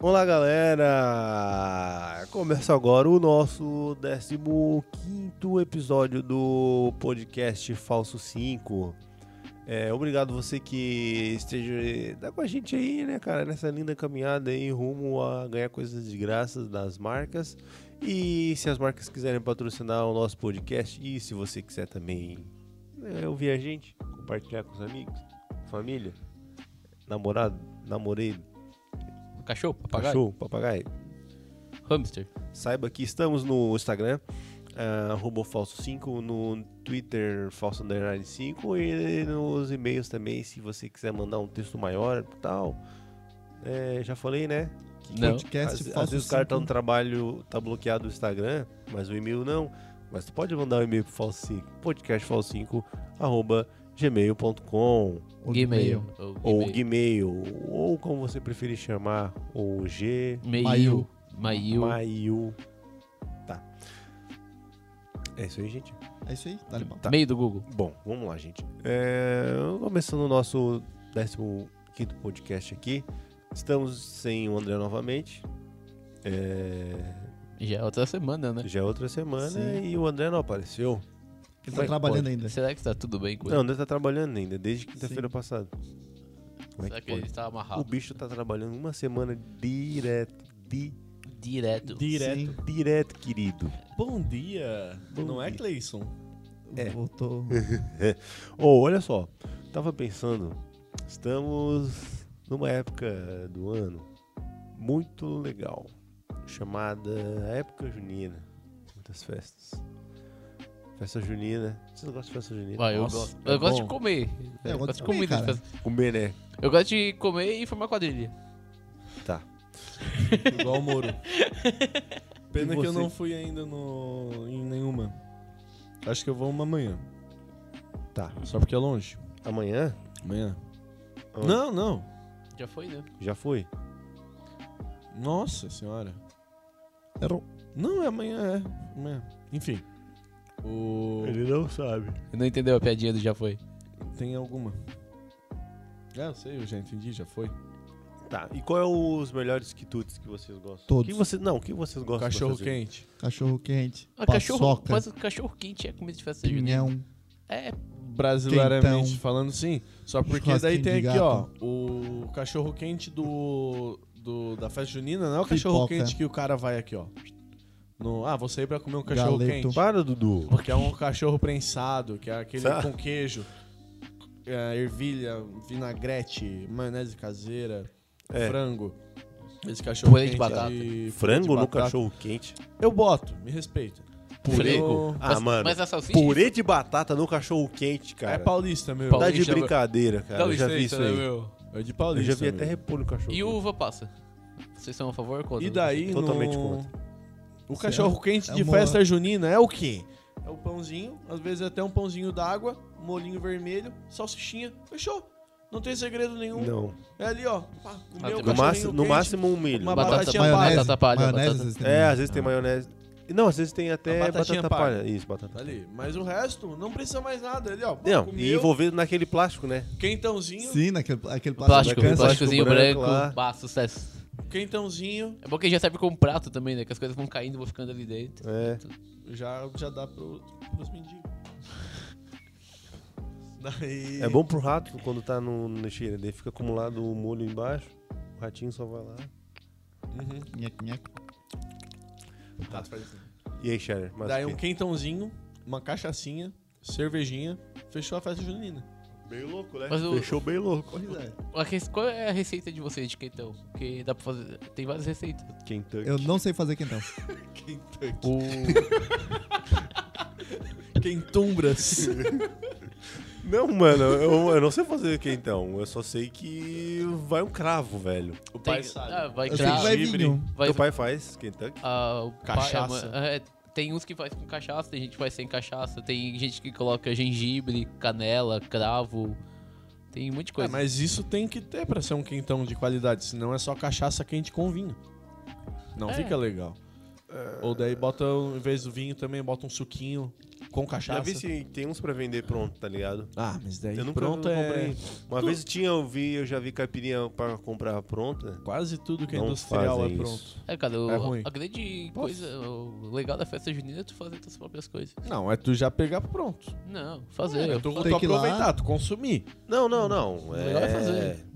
Olá, galera! Começa agora o nosso 15 episódio do podcast Falso 5. É, obrigado você que esteja tá com a gente aí, né, cara, nessa linda caminhada aí rumo a ganhar coisas de graça das marcas. E se as marcas quiserem patrocinar o nosso podcast e se você quiser também né, ouvir a gente, compartilhar com os amigos, família, namorado, namorado, Cachorro, papagaio, cachorro, papagaio, hamster. Saiba que estamos no Instagram, ah, arroba falso5, no Twitter falso 5 e nos e-mails também, se você quiser mandar um texto maior e tal. É, já falei, né? Que Não. Às, às Podcast falso vezes o cara tá no cinco. trabalho, tá bloqueado o Instagram, mas o e-mail não. Mas tu pode mandar o e-mail pro falso5, podcastfalso5, arroba gmail.com Ou Gmail. Gmail. ou Gmail, ou como você preferir chamar, ou G, Mail. Mail. Mail. Maio. Tá. É isso aí, gente. É isso aí, tá animal. Tá. Meio do Google. Bom, vamos lá, gente. É, começando o nosso 15 podcast aqui. Estamos sem o André novamente. É, Já é outra semana, né? já é outra semana Sim. e o André não apareceu. Ele Como é tá que trabalhando pode? ainda. Será que tá tudo bem com Não, o ele? André tá trabalhando ainda, desde quinta-feira passada. Como é Será que que ele pode? tá O amarrado? bicho tá trabalhando uma semana direto. Di, Direto. Direto. Sim, direto, querido. Bom dia. Bom Não é, dia. Cleison? É. Voltou. Ô, olha só, tava pensando, estamos numa época do ano muito legal, chamada época junina, muitas festas. Festa junina, vocês gostam de festa junina? Vai, eu Nossa, gosto. é Eu gosto bom. de comer. É, eu gosto de comer, comida. cara. Comer, né? Eu gosto de comer e formar quadrilha. Tá. Igual o Moro. Pena E que eu você? não fui ainda no... em nenhuma. Acho que eu vou uma amanhã. Tá. Só porque é longe. Amanhã? Amanhã. Aonde? Não, não. Já foi, né? Já foi? Nossa senhora. Errou. Não, é amanhã, é. Amanhã. Enfim. O... não sabe. Não entendeu a piadinha do já foi. Tem alguma. É, eu sei, eu já entendi, já foi. Tá, e qual é os melhores quitutes que vocês gostam? Todos. Que você, não, o que vocês gostam? pra Cachorro fazer? quente. Cachorro quente. Ah, cachorro, paçoca. mas o cachorro quente é comida de festa junina. Pinhão. É, Brasileiramente Quentão. falando, sim. Só porque daí Churrasquinho tem de aqui, ó, gato. o cachorro quente do, do da festa junina, não é o cachorro quente Pipoca. que o cara vai aqui, ó. No, ah, vou sair pra comer um cachorro Galeto. quente. Para, Dudu. Porque é um cachorro prensado, que é aquele Tá. com queijo, é, ervilha, vinagrete, maionese caseira, É. frango. Esse cachorro Purê de quente batata. Frango no batata. cachorro quente? Eu boto, me respeita. Purê? Eu- Ah, mas, mano. Mas a salsicha. Purê de batata no cachorro quente, cara. É paulista, meu. Paulista. Tá de Alguém chama- brincadeira, cara. Dá eu já vi licença, isso né, aí. meu? É de Eu paulista. já vi até meu. repor no cachorro. E uva passa. Vocês são a favor ou contra? E daí, Totalmente no... contra. O cachorro quente É de uma- festa junina é o quê? É o pãozinho, às vezes até um pãozinho d'água, molinho vermelho, salsichinha. Fechou. Não tem segredo nenhum. Não. É ali, ó. Pá, Ah, comeu o tem- No, cachorrinho máximo, no quente. máximo um milho. Uma batata, batatinha palha. palha. Batata palha. Maionese, batata- às vezes, tem É, maionese. às vezes tem maionese. Não, às vezes tem A até batatinha batata palha. palha. Isso, batata Tá palha. ali. Mas o resto, não precisa mais nada. Ali, ó. Pô, Não, e comeu, envolvido naquele plástico, né? Quentãozinho, Sim, naquele aquele é Plástico, plástico. bacana, plásticozinho plástico branco. branco lá. Bah, sucesso. quentãozinho, É bom que já serve como prato também, né? Que as coisas vão caindo, vão ficando ali dentro. É. já, já dá pro, pros mendigos. Daí... É bom pro rato quando tá no, no cheiro. Daí fica acumulado o molho embaixo. O ratinho só vai lá. Uhum. Nhac, nhac. Tá, faz assim. E aí, Shader? Mas Daí um quentãozinho, uma cachaçinha, cervejinha, fechou a festa junina. bem louco, né? Mas o- Fechou bem louco. Pois é. A rece- Qual é a receita de vocês de quentão? Porque dá pra fazer. Tem várias receitas. Kentucky. é. Eu não sei fazer quentão. O... Quentumbras. Não, mano, eu, eu não sei fazer quentão. Eu só sei que vai um cravo, velho. O Tem... pai sabe. Ah, vai Eu sei que cravo, vai gengibre. vinho. vai- Teu pai faz Kentucky? ah, o pai, Cachaça. a mãe- é, tem uns que faz com cachaça, tem gente que faz sem cachaça, tem gente que coloca gengibre, canela, cravo. Tem um monte de É, coisa. mas isso tem que ter pra ser um quentão de qualidade, senão é só cachaça quente com vinho. Não É. É. fica legal. Ou daí bota, em vez do vinho também, bota um suquinho Com Já cachaça. vi se tem uns pra vender pronto, tá ligado? Ah, mas daí Eu nunca pronto é comprei. Uma vez tinha, eu vi, eu já vi caipirinha pra comprar pronta. quase tudo que é Não industrial é fazem pronto. isso. É, cara, o- É ruim. a grande Posso? coisa o legal da festa junina é tu fazer tuas próprias coisas. Não, é tu já pegar pronto. Não, fazer. É, eu tu, tu faço. Tem que ir lá. aproveitar, tu consumir. Não, não, não. É... Melhor é fazer. Depende-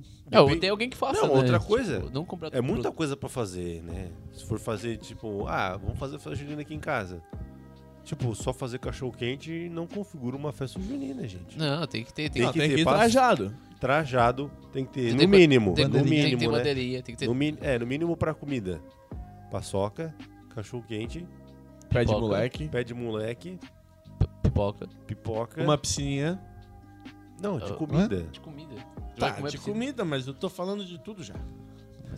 Não, tem alguém que faça, Não, né? outra coisa, não comprar É muita produto. coisa pra fazer, né? Se for fazer, tipo, ah, vamos fazer festa junina aqui em casa. Tipo, só fazer cachorro quente não configura uma festa junina, gente. Não, tem que ter. Tem, Tem Não, que tem ter que ir passo. trajado. Trajado tem que ter, Tem no que ter ba- mínimo, tem, no tem que ter mínimo, né? bandeirinha, tem que ter. No mi- é, no mínimo pra comida. Paçoca, cachorro quente, Pé de Pipoca. moleque. pé de moleque, Pipoca. pipoca. Uma piscininha. Não, de Hã? comida. De comida. Tu Tá, vai comer de piscina. comida, mas eu tô falando de tudo já.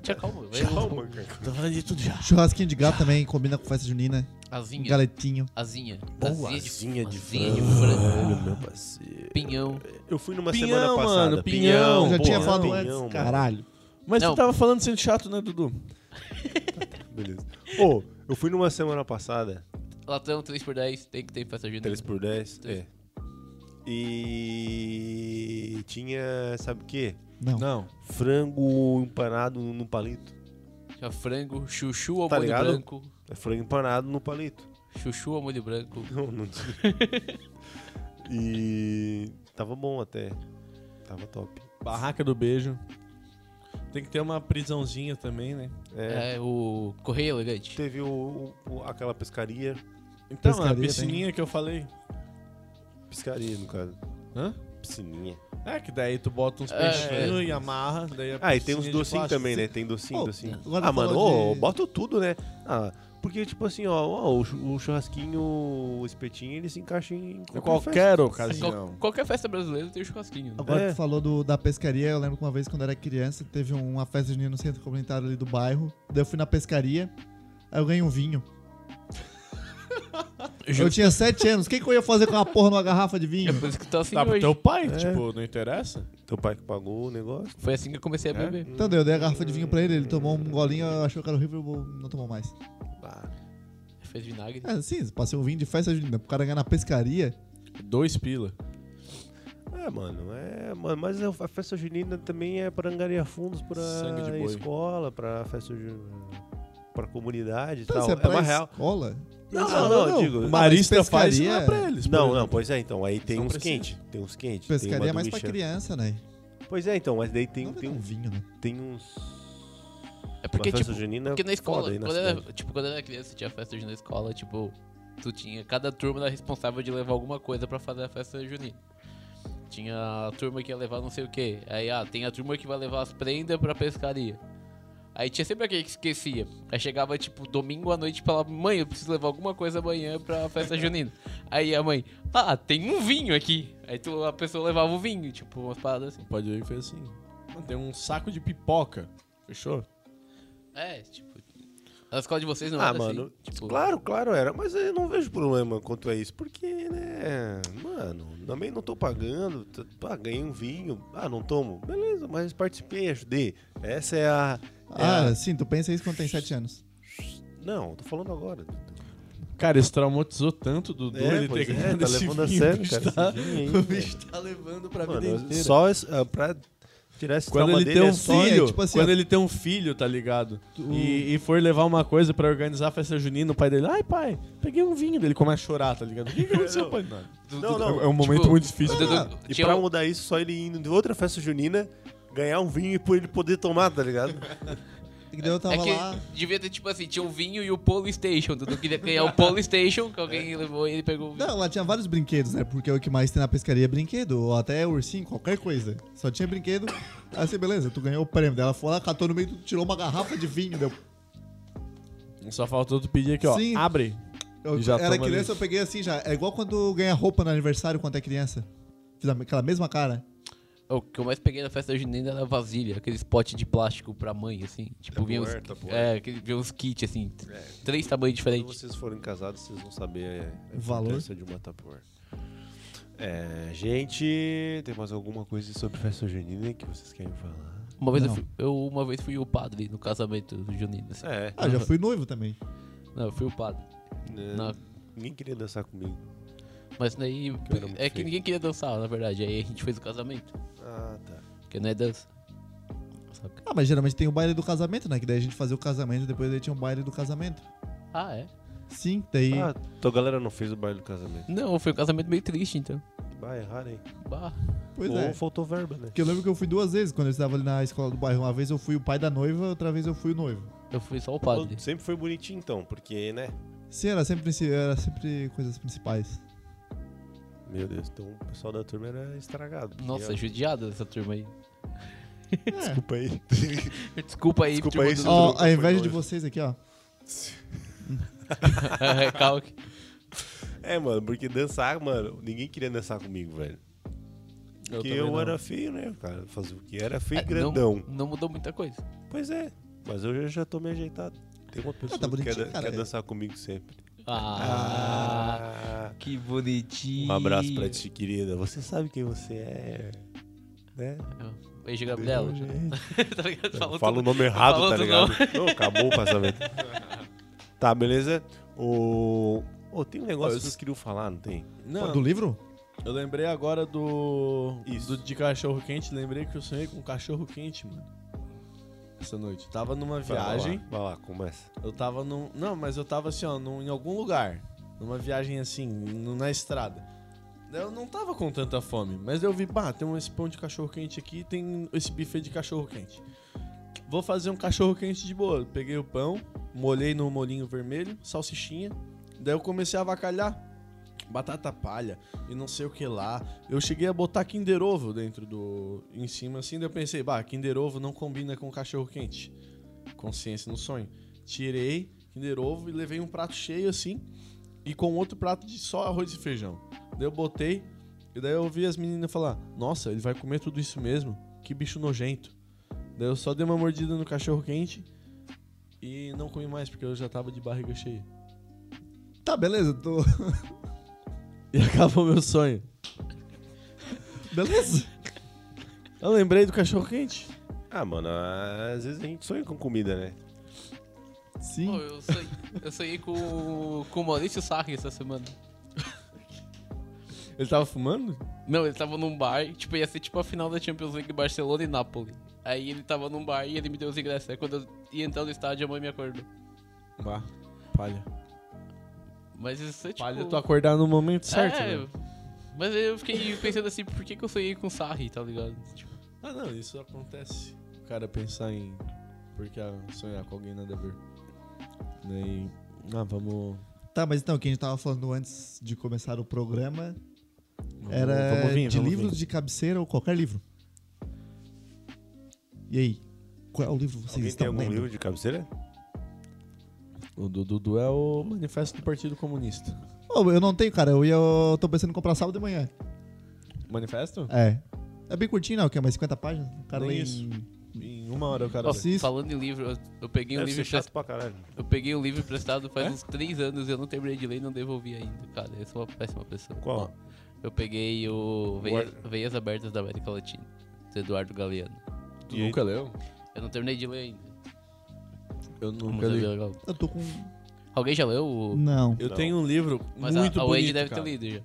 Tia, calma. vai- Calma, cara. Tô falando de tudo já. Churrasquinho de gato também, combina com festa junina. Azinha. Galetinho. Azinha. Boa, azinha asinha de, de azinha de frango. frango. meu parceiro. Pinhão. Eu fui numa Pinhão, semana passada. mano, pinhão. Eu já pô, tinha falado pinhão, antes, mano. caralho. Mas Não. tu tava falando sendo chato, né, Dudu? Beleza. Ô, eu fui numa semana passada, Latão 3x10. Tem que ter festa junina. 3x10. É. E tinha, sabe o quê? Não. Não. Frango empanado no palito. Tinha frango, chuchu ao Tá molho ligado? branco. É frango empanado no palito. Chuchu ao molho branco. Não, não tinha. E tava bom até. Tava top. Barraca do beijo. Tem que ter uma prisãozinha também, né? É, É, o Correio Elegante. Teve o, o- aquela pescaria. Então, a Pescaria piscininha que eu falei. Pescaria, no caso. Hã? Piscininha. É, que daí tu bota uns É. peixinhos e amarra. Daí a Ah, e tem uns piscininha de docinhos plástico. também, né? Tem docinho, Ô, docinho. agora Ah, mano, falou ô, de- bota tudo, né? Ah, porque, tipo assim, ó, ó, o chu- o churrasquinho, o espetinho, ele se encaixa em Em qualquer, qualquer É, Qual- ocasião. qualquer festa brasileira tem churrasquinho. Né? Agora É. que tu falou do- da pescaria, eu lembro que uma vez quando eu era criança, teve uma festa junina no centro comunitário ali do bairro. Daí eu fui na pescaria, aí eu ganhei um vinho. Eu tinha 7 anos, o que, que eu ia fazer com uma porra numa garrafa de vinho? É por isso que tá assim Tá pro hoje. teu pai, É. tipo, não interessa? festa. Teu pai que pagou o negócio. Foi assim que eu comecei a É? beber. Então daí eu dei a garrafa de vinho pra ele, ele tomou um golinho, achou que era horrível, eu não tomou mais. Ah, Fez vinagre. É, sim, passei um vinho de festa junina pro cara ganhar na pescaria. Dois pila. É, mano, é, mano, mas eu- a festa junina também é pra angariar fundos pra Sangue de boi. escola, pra festa junina, pra comunidade e Então, tal. isso é É pra uma real. escola? Não, Ah, não, não, eu digo. O Ah, Não, mas Marista faz isso pescaria- não é pra eles. por não, exemplo. pois é, então, aí tem Não uns precisa. quente, tem uns quente. tem Pescaria uma é mais do pra Michelin. criança, né? Pois é, então, mas daí tem, Não tem, tem um uns- vinho, né? tem uns... É porque, uma festa tipo, junina porque na escola, foda aí na quando, era, cidade. tipo, quando eu era criança, tinha festa junina na escola, tipo, tu tinha, cada turma era responsável de levar alguma coisa pra fazer a festa junina. Tinha a turma que ia levar não sei o que. Aí, ah, tem a turma que vai levar as prendas pra pescaria. Aí tinha sempre aquele que esquecia. Aí chegava, tipo, domingo à noite e falava, mãe, eu preciso levar alguma coisa amanhã pra festa junina. Aí a mãe, ah, tem um vinho aqui. Aí tu, a pessoa levava o vinho, tipo, umas paradas assim. Pode ver que foi assim. Mano, tem um saco de pipoca. Fechou? É, tipo, a escola de vocês não Ah, era mano, assim. Tipo, Claro, claro, era. Mas eu não vejo problema quanto a isso, porque, né, mano, também não tô pagando. t- Ah, ganhei um vinho. Ah, não tomo. Beleza, mas participei, ajudei. Essa é a. é Ah, a- sim, tu pensa isso quando tem 7 anos. Não, tô falando agora. Cara, isso traumatizou tanto o Dudu ele ter pois ganhado tá esse levando a vinho, sério, bicho, cara. tá- esse vinho aí, O velho. bicho tá levando pra Mano, vida inteira. só es- ah, pra tirar esse Quando trauma ele dele tem um é só. é, filho, tipo assim, quando ó. ele tem um filho, tá ligado? E, e for levar uma coisa pra organizar a festa junina, o pai dele, ai pai, peguei um vinho dele, começa a chorar, tá ligado? O que que aconteceu, pai? Do- Não, do- não, É um momento Tipo, muito difícil. do- do- né? E tinha pra um- mudar isso, só ele indo de outra festa junina, ganhar um vinho e por ele poder tomar, tá ligado? E daí eu tava é que lá. devia ter tipo assim, tinha o vinho e o Polo Station. Dudu queria ganhar é o Polo Station, que alguém levou e ele pegou o vinho. Não, lá tinha vários brinquedos, né? Porque o que mais tem na pescaria é brinquedo, ou até ursinho, qualquer coisa. Só tinha brinquedo. Aí assim, beleza, tu ganhou o prêmio. Daí ela foi lá, catou no meio, tu tirou uma garrafa de vinho. Deu. Só faltou tu pedir aqui, ó, Sim. abre. Eu E já era toma criança, eu ali. peguei assim já. É igual quando ganha roupa no aniversário quando é criança. Fiz aquela mesma cara. O que eu mais peguei na festa junina era a vasilha, aqueles potes de plástico pra mãe, assim. Tipo, vinha uns, Tupperware, Tupperware. é, aquele- vinha uns kits, assim, três tamanhos Quando diferentes. vocês forem casados, vocês vão saber a Valor. importância de uma Tupperware. É, gente, tem mais alguma coisa sobre festa junina que vocês querem falar? Uma vez, eu Não. fui, eu uma vez fui o padre no casamento do junino, assim. É, Ah, já fui noivo também. Não, eu fui o padre. né, Não, ninguém queria dançar comigo. Mas daí era muito é que feio. ninguém queria dançar, na verdade. Aí a gente fez o casamento, Ah, tá. porque não é dança. Saca? Ah, mas geralmente tem o baile do casamento, né? Que daí a gente fazia o casamento, depois daí tinha o baile do casamento. Ah, é? Sim, daí. Ah, tua galera não fez o baile do casamento. Não, foi um casamento meio triste, então. Vai, erraram aí. Bah. pois Ou é. faltou verba, né? Porque eu lembro que eu fui duas vezes quando eu estava ali na escola do bairro. Uma vez eu fui o pai da noiva, outra vez eu fui o noivo. Eu fui só o padre. Sempre foi bonitinho então, porque, né? Sim, era sempre, princi- era sempre coisas principais. Meu Deus, então o pessoal da turma era estragado. porque, Nossa, ó, judiada essa turma aí. É. Desculpa aí. Desculpa aí, Desculpa turma aí, do- se eu- Ó, Foi a inveja de noivo. vocês aqui, ó. Recalque. É, mano, porque dançar, mano, ninguém queria dançar comigo, velho. Porque também eu, não. era feio, né, cara? Fazer o que era feio É, e não- grandão. Não, mudou muita coisa. Pois é, mas eu já, já tô me ajeitado. Tem uma pessoa que quer, bonitinho, dan- cara. quer dançar comigo sempre. Ah, Ah, que bonitinho. um abraço pra ti, querida. Você sabe quem você é. Né? Beijo, Gabriela. Beijo, gente. tá ligado? Falou Fala o tudo. nome errado, Falou tá outro ligado? Não, acabou o passamento. tá, beleza? O. Ô, tem um negócio que vocês queriam falar, não tem? Não, Do livro? eu lembrei agora do, Isso. do de cachorro quente. Lembrei que eu sonhei com um cachorro quente, mano. Essa noite. Tava numa viagem. Vai lá, vai lá, começa. Eu tava num. Não, mas eu tava assim, ó, num- em algum lugar. Numa viagem assim, no- na estrada. Daí Eu não tava com tanta fome, mas eu vi, bah, tem um, esse pão de cachorro quente aqui tem esse buffet de cachorro quente. Vou fazer um cachorro quente de boa. Peguei o pão, molhei no molinho vermelho, salsichinha. Daí eu comecei a avacalhar. Batata palha e não sei o que lá. Eu cheguei a botar Kinder Ovo dentro do. em cima assim, daí eu pensei, bah, Kinder Ovo não combina com cachorro quente. Consciência no sonho. Tirei Kinder Ovo e levei um prato cheio assim. E com outro prato de só arroz e feijão. Daí eu botei. E daí eu ouvi as meninas falar: Nossa, ele vai comer tudo isso mesmo? Que bicho nojento. Daí eu só dei uma mordida no cachorro quente. E não comi mais, porque eu já tava de barriga cheia. Tá, beleza. Tô... E acabou meu sonho. Beleza. Eu lembrei do cachorro quente. Ah, mano, às vezes a gente sonha com comida, né? Sim. Pô, eu, sonhei, eu sonhei com, o- com o Maurício Sarri essa semana. Ele tava fumando? Não, ele tava num bar, tipo, ia ser tipo a final da Champions League Barcelona e Nápoles. Aí ele tava num bar e ele me deu os ingressos. Aí quando eu ia entrar no estádio, a mãe me acordou. Bah, palha. Mas isso é tipo... Palha tu acordar no momento certo, é, né? Mas eu fiquei pensando assim, por que, que eu sonhei com o Sarri, tá ligado? Tipo, Ah, não, isso acontece. O cara pensar em. Porque ah, sonhar com alguém nada a ver. Daí. Ah, vamos. Tá, mas então, o que a gente tava falando antes de começar o programa vamos- era vamos vir, de vamos livros vir. de cabeceira ou qualquer livro. E aí? Qual é o livro que vocês Alguém tem estão algum lendo? livro de cabeceira? O do Dudu é o Manifesto do Partido Comunista. Ô, eu não tenho, cara. Eu, ia, eu tô pensando em comprar sábado de manhã. Manifesto? É. É bem curtinho, não, que é mais 50 páginas. O cara Nem lê em- isso. Em uma hora o cara. Nossa, isso. falando em livro, eu, eu peguei um Deve livro... ser chato pra caralho. Eu peguei um livro emprestado faz uns 3 anos e eu não terminei de ler e não devolvi ainda, cara. Eu sou uma péssima pessoa. Qual? Eu peguei o Veia- Guarda. Veias Abertas da América Latina, do Eduardo Galeano. Tu nunca leu? Eu não terminei de ler ainda. Eu Mas nunca é li. legal. Eu tô com. Alguém já leu? o- Não. Eu Não. tenho um livro Mas muito a, a Wade bonito. deve cara. ter lido já.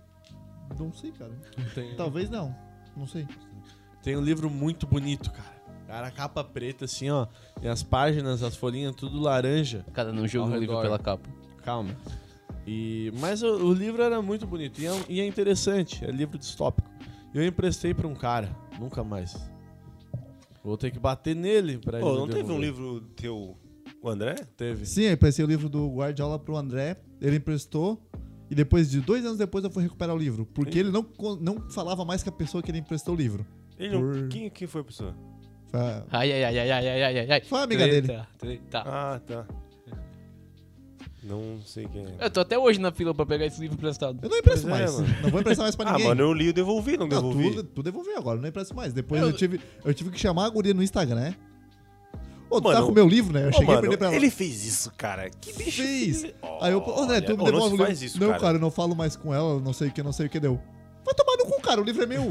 Não sei, cara. Tem- Talvez não. Não sei. Tem um livro muito bonito, cara. Cara, capa preta, assim, ó. E as páginas, as folhinhas, tudo laranja. Cara, não jogo Ao um livro redor. pela capa. Calma. E, mas o, o livro era muito bonito e é, um- e é interessante, é livro distópico. E eu emprestei pra um cara, nunca mais. Vou ter que bater nele pra ele. Pô, me não teve um devolver. livro teu. O André? Teve. Sim, eu emprestei o livro do Guardiola pro André, ele emprestou, e depois de dois anos depois eu fui recuperar o livro, porque ele não, con- não falava mais com a pessoa que ele emprestou o livro. Ele não- Por- quem, quem foi a pessoa? Foi a- Ai, ai, ai, ai, ai, ai, ai, ai, ai. Foi uma amiga Treta, dele. Treta. Ah, tá. Não sei quem é. Eu tô até hoje na fila pra pegar esse livro emprestado. Eu não empresto Pois é, mais. mano. Não vou emprestar mais pra Ah, ninguém. mano, eu li e devolvi, não não, devolvi. tu, tu devolveu agora, eu não empresto mais. Depois eu, Eu- tive, eu tive que chamar a guria no Instagram, né? Ô, tu Mano, tá com o meu livro, né? Eu Ô, cheguei a mano, perder pra ela. Ele fez isso, cara. Que bicho. fez. Olha, Aí eu, ô, André, tu me ô, devolve não se o livro. faz isso, não, cara. eu não falo mais com ela, não sei o que, não sei o que deu. Vai tomar no cu, cara, o livro é meu.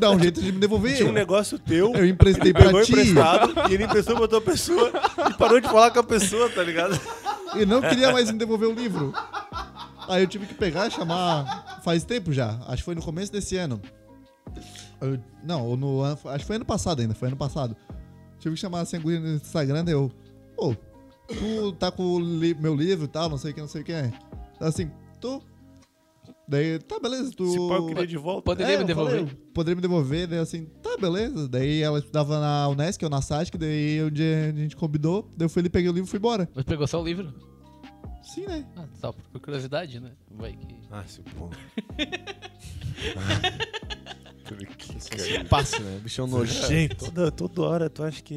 Dá um jeito de me devolver. Tinha um negócio teu. Eu emprestei Ele pra pegou ti. emprestado e ele emprestou pra outra pessoa e parou de falar com a pessoa, tá ligado? E não queria mais me devolver o livro. Aí eu tive que pegar, chamar faz tempo já. Acho que foi no começo desse ano. Eu- não, ou no ano- acho que foi ano passado ainda, foi ano passado. Tive que chamar a Senguri no Instagram, daí eu. Pô, tu tá com o li- meu livro e tal, não sei o que, não sei o que. é. Assim, tu. Daí, tá, beleza, tu. Se pá, eu queria de volta. Poderia É, me eu devolver? falei, poderia me devolver, daí eu assim, tá, beleza. Daí ela estudava na Unesc, ou na SASC, daí um dia a gente combinou, daí eu fui ali, peguei o livro e fui embora. Mas pegou só o livro? Sim, né? Ah, só por curiosidade, né? Vai que. Ah, se pô. Ah. é Passe, né? Bichão nojento. toda, toda hora tu acha que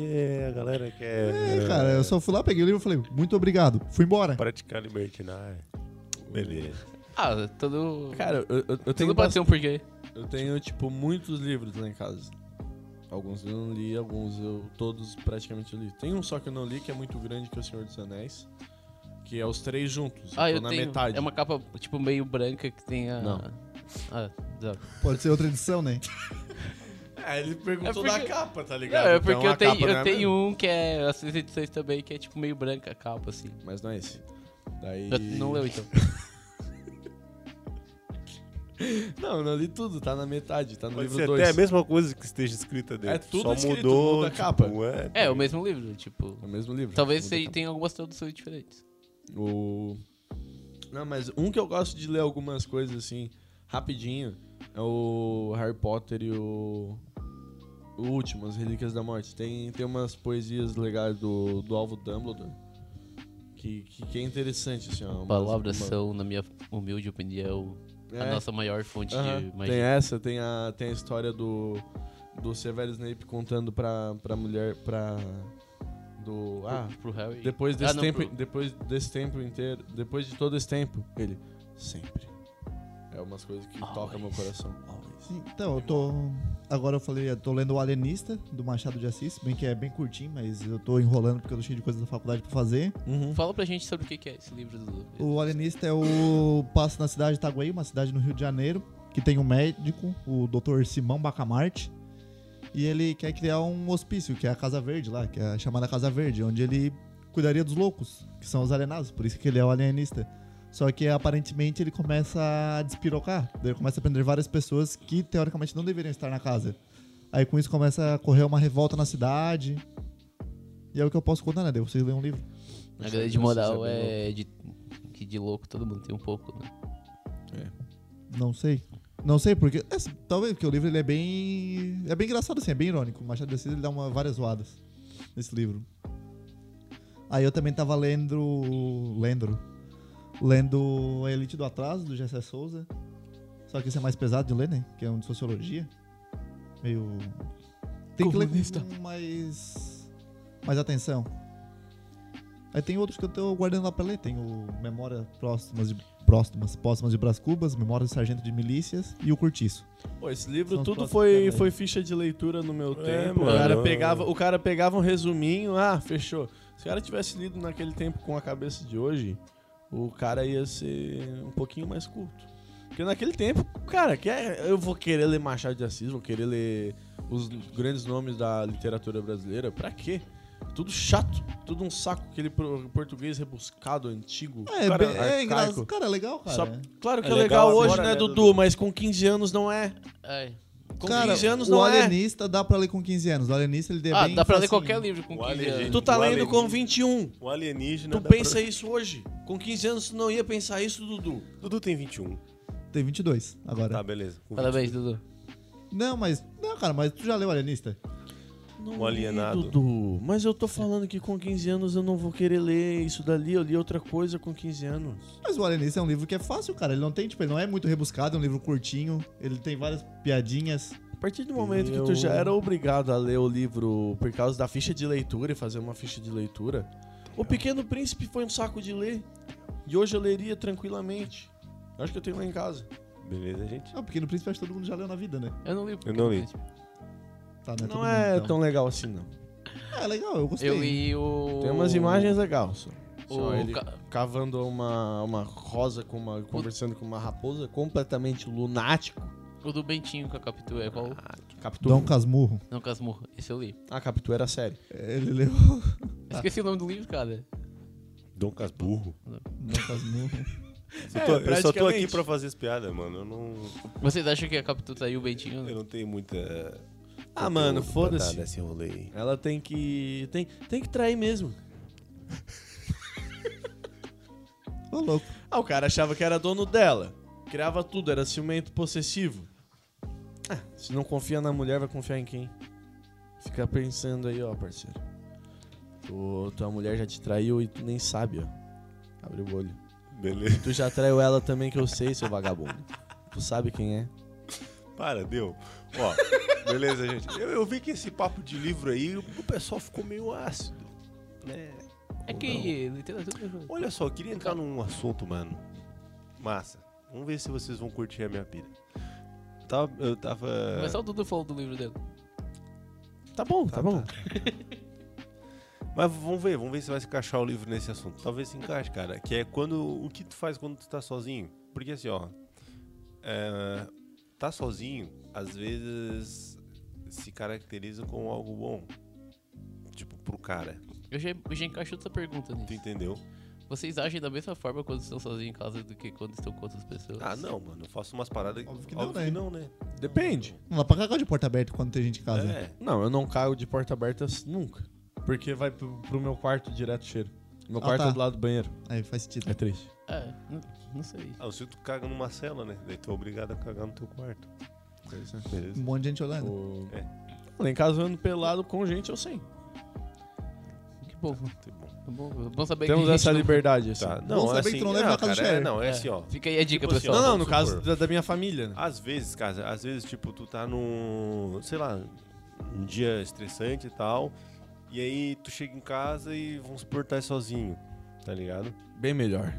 a galera quer É, cara, eu só fui lá, peguei o livro e falei, muito obrigado, fui embora. praticar libertinagem. Beleza. Ah, todo. Cara, eu, eu, eu tenho tudo pode ser um porquê. bast- Eu tenho, tipo, muitos livros lá em casa. Alguns eu não li, alguns eu. Todos praticamente eu li. Tem um só que eu não li, que é muito grande, que é O Senhor dos Anéis. Que é os três juntos. Ah, tô eu na tenho. metade. É uma capa, tipo, meio branca que tem a. Não. Ah, droga. Pode ser outra edição, né? É, ele perguntou É porque- da capa, tá ligado? Não, é porque Então, a eu tenho, capa não eu é tenho mesmo. um que é. Essas edições também, que é tipo meio branca a capa, assim. Mas não é esse. Daí. Eu- Não leu então. Não, eu não li tudo, tá na metade, tá no Pode ser livro 2. até a mesma coisa que esteja escrita dentro. É tudo Só escrito, mudou muda a tipo, capa. É, É, o mesmo livro, tipo. É o mesmo livro. Talvez Muda a você capa. tenha algumas traduções diferentes. O... Não, mas um que eu gosto de ler algumas coisas assim, rapidinho, é o Harry Potter e o. O último, As Relíquias da Morte. Tem, tem umas poesias legais do, do Alvo Dumbledore. Que, que, que é interessante, assim, ó. umas- Palavras uma- são, na minha humilde opinião, É. a nossa maior fonte Aham. de Tem magia. essa, tem a, tem a história do, do Severo Snape contando pra, pra mulher, pra... Do... Ah, pro Harry. depois desse, Ah, não, tempo, pro- depois desse tempo inteiro, depois de todo esse tempo, ele... Sempre. É umas coisas que Always. tocam meu coração. Então, eu tô. Agora eu falei, eu tô lendo O Alienista, do Machado de Assis, bem que é bem curtinho, mas eu tô enrolando porque eu tô cheio de coisa da faculdade pra fazer. Uhum. Fala pra gente sobre o que que é esse livro do. O Alienista é o passo na cidade de Itaguaí, uma cidade no Rio de Janeiro, que tem um médico, o Dr. Simão Bacamarte, e ele quer criar um hospício, que é a Casa Verde lá, que é a chamada Casa Verde, onde ele cuidaria dos loucos, que são os alienados, por isso que ele é o alienista. Só que aparentemente ele começa a despirocar, daí ele começa a prender várias pessoas que teoricamente não deveriam estar na casa. Aí com isso começa a correr uma revolta na cidade. E é o que eu posso contar, né? Daí vocês leem um livro. A grande moral então é de. Que de louco todo mundo tem um pouco, né? Não sei. Não sei porque. é, se- talvez porque o livro ele é bem. É bem engraçado, assim, é bem irônico. O Machado de Assis ele dá uma, várias zoadas nesse livro. Aí eu também tava lendo. Lendo. Lendo A Elite do Atraso, do Gessé Souza. Só que esse é mais pesado de ler, né? Que é um de sociologia. Meio. Tem que ler Comunista. com mais. Mais atenção. Aí tem outros que eu tô guardando lá pra ler. Tem o Memórias Próximas de, Próximas, Próximas de Brás Cubas, Memórias do Sargento de Milícias e o Cortiço. Pô, esse livro São os tudo próximos foi, também. foi ficha de leitura no meu É, tempo. mano. O cara, pegava, o cara pegava um resuminho, ah, fechou. Se o cara tivesse lido naquele tempo com a cabeça de hoje, o cara ia ser um pouquinho mais culto. Porque naquele tempo, cara, que é- eu vou querer ler Machado de Assis, vou querer ler os grandes nomes da literatura brasileira, pra quê? Tudo chato, tudo um saco, aquele pro- português rebuscado, antigo. É, Cara, bem- é arcaico. engraçado. Cara, é legal, cara. Só- claro que É é, legal, legal agora, hoje, né, né, Dudu? Dudu? Mas com 15 anos não é. Ai. Com Cara, 15 anos o não é. alienista dá pra ler com 15 anos. O alienista ele é Ah, bem dá pra ler facinho. qualquer livro com O 15 alienígena. anos. Tu tá O lendo com alienígena. 21. O alienígena. Tu dá pensa pra- isso hoje? Com 15 anos tu não ia pensar isso, Dudu. Dudu tem 21. Tem 22 agora. Tá, beleza. Com Parabéns, Dudu. Não, mas. Não, cara, mas tu já leu o alienista? Não Um alienado. li, Dudu. Mas eu tô falando que com 15 anos eu não vou querer ler isso dali. Eu li outra coisa com 15 anos. Mas o alienista é um livro que é fácil, cara. Ele não tem, tipo, ele não é muito rebuscado, é um livro curtinho. Ele tem várias piadinhas. A partir do momento que tu Eu- já era obrigado a ler o livro por causa da ficha de leitura e fazer uma ficha de leitura, O Pequeno Príncipe foi um saco de ler. E hoje eu leria tranquilamente. Eu Acho que eu tenho lá em casa. um. Beleza, gente. Ah, porque no príncipe acho que todo mundo já leu na vida, né? Eu não li. Eu não li. Tá, né? Não é então. tão legal assim, não. É legal, eu gostei. Eu li o. Tem umas imagens legais. Só. Só O ele ca- cavando uma, uma rosa com uma. conversando com uma raposa completamente lunático. O do Bentinho com a Capitu. É qual? Capitu. Dom Casmurro. Não, Casmurro. Esse eu li. Ah, Capitu era sério. Ele leu. Ah. Eu Esqueci o nome do livro, cara. Dom Casburro. Dom Casmurro. Eu, tô, É, eu só tô aqui praticamente. pra fazer as piadas, mano. Eu não, Vocês acham que a Capitu saiu o Bentinho? eu não tenho muita. Ah, mano, conteúdo pra foda-se. dar Nesse rolê aí. Ela tem que. Tem, tem que trair mesmo. Ô, louco. Ah, o cara achava que era dono dela. Criava tudo, era ciumento possessivo. Ah, se não confia na mulher, vai confiar em quem? Fica pensando aí, ó, parceiro. Tu, tua mulher já te traiu e tu nem sabe, ó. Abre o olho. Beleza. Tu já traiu ela também, que eu sei, seu vagabundo. Tu sabe quem é? Para, deu. Ó, beleza, gente. Eu, eu vi que esse papo de livro aí, o pessoal ficou meio ácido. Né? É que literatura. é Olha só, eu queria entrar num assunto, mano. Massa. Vamos ver se vocês vão curtir a minha pira. Tá, eu tava. Mas só o Dudu falou do livro dele. Tá bom, tá, bom. Mas vamos ver, vamos ver se vai se encaixar o livro nesse assunto. Talvez se encaixe, cara. Que é quando. O que tu faz quando tu tá sozinho? Porque assim, ó. é, tá sozinho, às vezes se caracteriza como algo bom. Tipo, pro cara. Eu já, eu já encaixo outra Tu pergunta nisso. entendeu? Vocês agem da mesma forma quando estão sozinhos em casa do que quando estão com outras pessoas? Ah, não, mano. Eu faço umas paradas. Óbvio que não, né? né? Depende. Não dá pra cagar de porta aberta quando tem gente em casa. É. Não, eu não caio de porta aberta nunca. Porque vai pro, pro meu quarto direto cheiro. Meu Ah, quarto tá. é do lado do banheiro. Aí faz sentido. É triste. É, não, não sei. Ah, se tu caga numa cela, né? Daí tu é obrigado a cagar no teu quarto. Beleza. Um monte de gente olhando. O- É. Lá em casa eu ando pelado com gente ou sem. Que bom. Tá bom. Tá bom, bom saber Temos que a gente essa não- liberdade, assim. Tá. Bom Não, saber assim, que tu não leva na não, casa do cara, é, cheiro. não, é assim, ó. Fica aí a dica, Tipo assim, pessoal. Não, não, vamos no caso supor. da, da minha família, né? Às vezes, cara, às vezes, tipo, tu tá num. sei lá, um dia estressante e tal. E aí tu chega em casa e vão supor, tá sozinho, tá ligado? Bem melhor.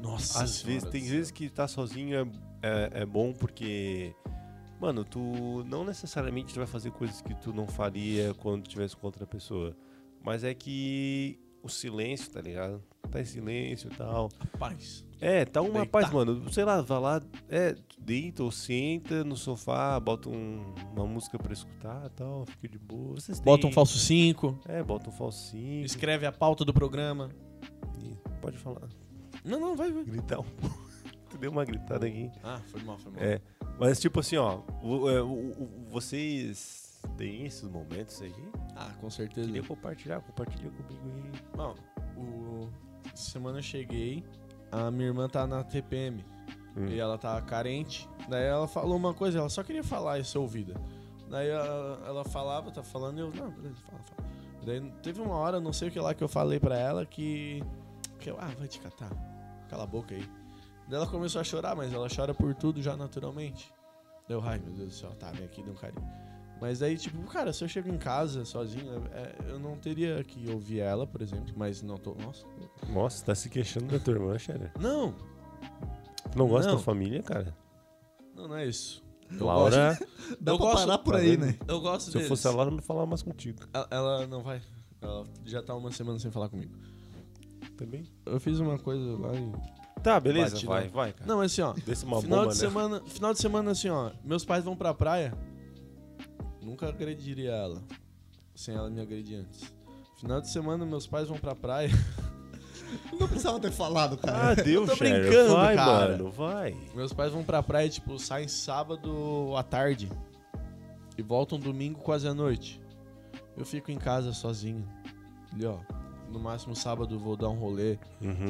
Nossa. Às vezes, tem vezes que tá sozinho é, é, é bom porque. Mano, tu não necessariamente tu vai fazer coisas que tu não faria quando tivesse com outra pessoa. Mas é que o silêncio, tá ligado? Tá em silêncio e tal. Paz. É, tá uma Deitar. paz, mano. Sei lá, vai lá, é, deita ou senta no sofá, bota um- uma música pra escutar e tal, fica de boa. Vocês Bota têm- um falso 5, É, bota um falsinho. escreve a pauta do programa. Pode falar. Não, não, vai, vai. Gritar um pouco. tu deu uma gritada aqui. Ah, foi mal, foi mal. É, mas tipo assim, ó, o- é, o- o- vocês têm esses momentos aí? Ah, com certeza. Queria compartilhar, compartilha comigo aí. Não, o... essa semana eu cheguei, a minha irmã tá na TPM Hum. e ela tá carente. Daí ela falou uma coisa, ela só queria falar e ser ouvida. Daí ela, ela falava, tá falando, e eu, não, beleza, fala, fala. Daí teve uma hora, não sei o que lá, que eu falei pra ela que. que eu, ah, vai te catar. Cala a boca aí. Daí ela começou a chorar, mas ela chora por tudo já naturalmente. Deu, ai meu Deus do céu, tá, vem aqui, deu um carinho. Mas daí, tipo, cara, se eu chego em casa sozinho, é, eu não teria que ouvir ela, por exemplo, mas não tô. Nossa. Nossa, tá se queixando da tua irmã, Xander. Não! Tu não gosta Não. da família, cara? Não, não é isso. Eu Laura, Dá eu pra gosto- parar por Tá aí, vendo? né? gosto- eu gosto se eu deles. fosse a Laura, eu não falava mais contigo. Ela, ela não vai. Ela já tá uma semana sem falar comigo. Também. Eu fiz uma coisa lá em. Tá, beleza, Batidão. vai, vai, cara. Não, mas assim, ó. Desse uma final, bomba, de né? semana, final de semana, assim, ó. Meus pais vão pra praia. Nunca agrediria ela. Sem ela me agredir antes. Final de semana, meus pais vão pra praia. Não precisava ter falado, cara. Ah, Deus, tô Sherry, brincando, vai, cara. mano, vai. Meus pais vão pra praia, tipo, saem sábado à tarde. E voltam domingo quase à noite. Eu fico em casa sozinho. Ali, ó. No máximo sábado eu vou dar um rolê.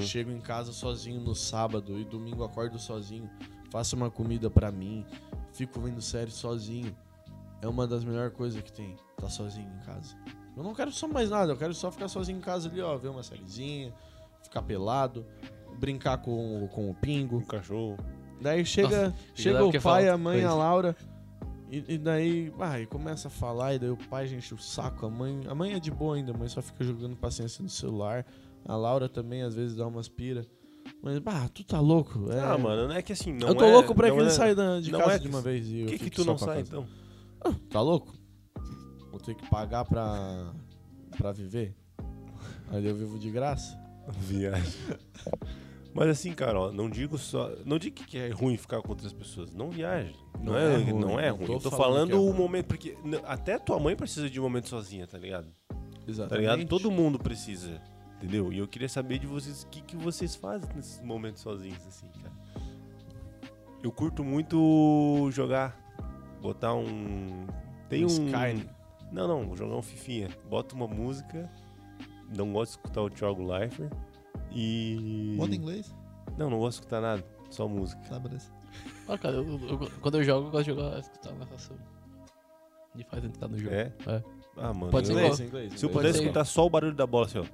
Chego em casa sozinho no sábado e domingo acordo sozinho. Faço uma comida pra mim. Fico vendo série sozinho. É uma das melhores coisas que tem. Tá sozinho em casa. Eu não quero só mais nada. Eu quero só ficar sozinho em casa ali, ó. Ver uma sériezinha. Ficar pelado. Brincar com, o- com o pingo. Um cachorro. Daí chega, chega lá o quer pai, falar a mãe, outra a coisa. Laura. E, e daí, ah, e começa a falar, e daí o pai já enche o saco, a mãe. A mãe é de boa ainda, a mãe só fica jogando paciência no celular. A Laura também, às vezes, dá umas pira. Mas, bah, tu tá louco. é. Ah, mano, não é que assim, não eu tô é- louco pra não que ele é- saia da- de não casa é- de uma vez. e eu Por que que fique tu só não com a sai, casa. então? Tá louco? Vou ter que pagar pra, pra viver? Aí eu vivo de graça? Tá Viagem. Mas assim, cara, ó, não digo só... Não digo que é ruim ficar com outras pessoas. Não viaje. Não, Não é, é ruim, não é não ruim. tô Eu tô falando falando que é o ruim. momento, porque n- até tua mãe precisa de um momento sozinha, tá ligado? Tá Exatamente. ligado? Todo mundo precisa. Entendeu? E eu queria saber de vocês o que, que vocês fazem nesses momentos sozinhos, assim, cara. Eu curto muito jogar. Botar um. Tem um. Um Skyrim. Não, não, jogar um Fifinha. Bota uma música. Não gosto de escutar o Thiago Leifert. E. Bota em inglês? Não, não gosto de escutar nada. Só música. Tá, beleza. Ah, cara, eu- eu- eu- quando eu jogo, eu gosto de jogar escutar a narração. Me faz entrar no jogo. É? Ah, mano. Pode eu- ser Inglês, igual. inglês. Se eu inglês. pudesse ser. escutar só o barulho da bola, assim, ó.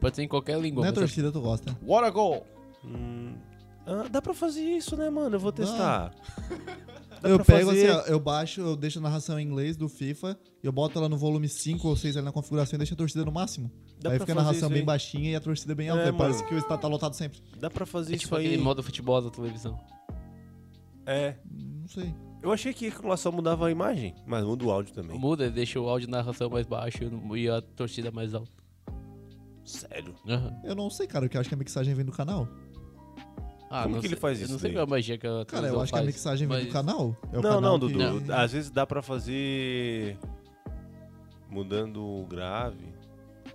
Pode ser em qualquer língua. Não é mas eu- torcida, tu gosta. né? What a goal! Hum, ah, dá pra fazer isso, né, mano? Eu vou testar. Dá Eu pra pego fazer. assim, ó, eu baixo, eu deixo a narração em inglês do FIFA, eu boto ela no volume 5 ou 6 ali na configuração e deixo a torcida no máximo. Dá aí pra fica fazer a narração isso bem aí. baixinha e a torcida bem É, alta. aí parece mano. que o estádio tá lotado sempre. Dá pra fazer É isso tipo aí. aquele modo futebol da televisão. É. Não sei. Eu achei que aquilo lá só mudava a imagem, mas muda o áudio também. Muda, deixa o áudio de narração mais baixo e a torcida mais alta. Sério. Aham. Eu não sei, cara, porque eu acho que a mixagem vem do canal. Ah, Como não que ele sei- faz eu isso Não sei daí? qual é a magia que a televisão Cara, eu acho que a faz, mixagem vem mas- do canal. É o não, canal não, que- É. Dudu. Às vezes dá pra fazer. Mudando o grave.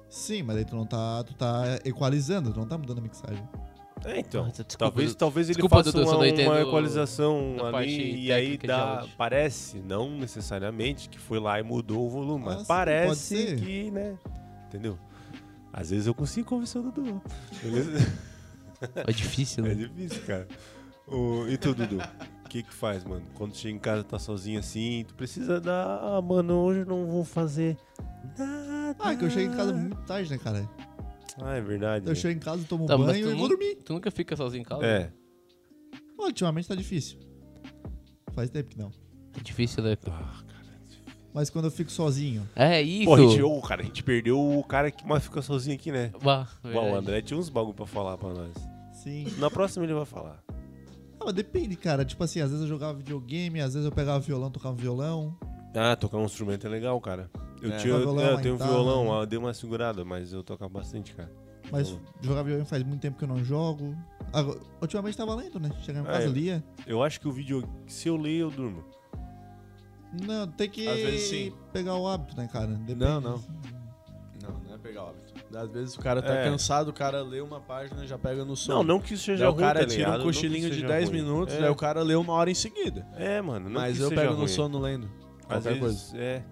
Sim, mas aí tu não tá, tu tá equalizando, tu não tá mudando a mixagem. É, então. Nossa, desculpa, talvez, Dudu. talvez ele Desculpa, faça Dudu, uma, só não entendo uma equalização da parte ali e aí técnica de dá, áudio. parece, não necessariamente, que foi lá e mudou o volume, Ah, mas sim, pode parece ser. que, né? Entendeu? Às vezes eu consigo convencer o Dudu. Beleza? É difícil, É né? difícil, cara. Ô, e tu, Dudu? O que que faz, mano? Quando chega em casa, tá sozinho assim, tu precisa dar... Ah, mano, hoje eu não vou fazer nada. Ah, é que eu chego em casa muito tarde, né, cara? Ah, é verdade. Eu né? chego em casa, tomo Tá, mas banho tu e não- vou dormir. Tu nunca fica sozinho em casa? É. Ó, Ultimamente tá difícil. Faz tempo que não. É difícil, né? Ah, cara. Mas quando eu fico sozinho, É isso. Pô, a gente, ô, cara, a gente perdeu o cara que mais fica sozinho aqui, né? Bah, Bom, o É verdade. André tinha uns bagulho pra falar pra nós. sim. Na próxima ele vai falar. Ah, mas depende, cara. Tipo assim, às vezes eu jogava videogame, às vezes eu pegava violão, tocava violão. Ah, tocar um instrumento é legal, cara. Eu, É. tinha, Tocar violão, tá? é, eu tenho um guitarra. violão, ah, eu dei uma segurada, mas eu tocava bastante, cara. Mas Violão. jogar videogame faz muito tempo que eu não jogo. Agora, ultimamente tava lendo, né? Chegava em casa, É. lia. Eu acho que o vídeo, se eu ler, eu durmo. Não, tem que Às vezes sim. pegar o hábito, né, cara? Depende. Não, não. Não, não é pegar o hábito. Às vezes o cara tá É. cansado, o cara lê uma página e já pega no sono. Não, não que isso Daí seja o ruim, cara tá tira ligado? um Não que cochilinho de seja 10 ruim. minutos, é. daí o cara lê uma hora em seguida. É, mano, não Mas que eu seja pego ruim. no sono lendo. Às Qualquer vezes, coisa. é.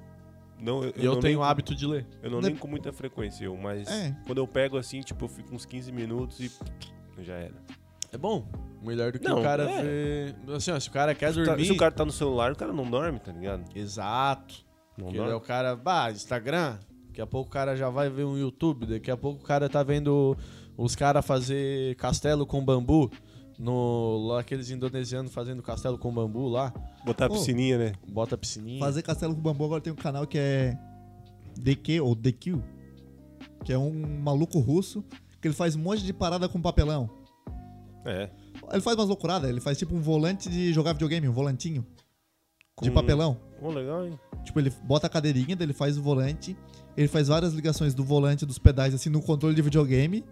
Não, eu, E eu não tenho o nem- hábito de ler. Eu não Dep- nem com muita frequência, eu, mas É. quando eu pego assim, tipo, eu fico uns 15 minutos e já era. É bom. Melhor do que Não, o cara é. ver. Assim, ó, se o cara quer Tá- dormir. se o cara tá no celular, o cara não dorme, tá ligado? Exato. Não Porque dorme. daí é o cara, bah, Instagram. Daqui a pouco o cara já vai ver um YouTube. Daqui a pouco o cara tá vendo os caras fazer castelo com bambu. No, lá, aqueles indonesianos fazendo castelo com bambu lá. Botar a Ô. piscininha, né? Bota a piscininha. Fazer Castelo com Bambu agora tem um canal que é DQ ou DQ, que é um maluco russo que ele faz um monte de parada com papelão. É. Ele faz umas loucuradas, ele faz tipo um volante de jogar videogame, um volantinho de Com- papelão. Ô, legal, hein? Tipo, ele bota a cadeirinha, daí ele faz o volante, ele faz várias ligações do volante dos pedais assim no controle de videogame.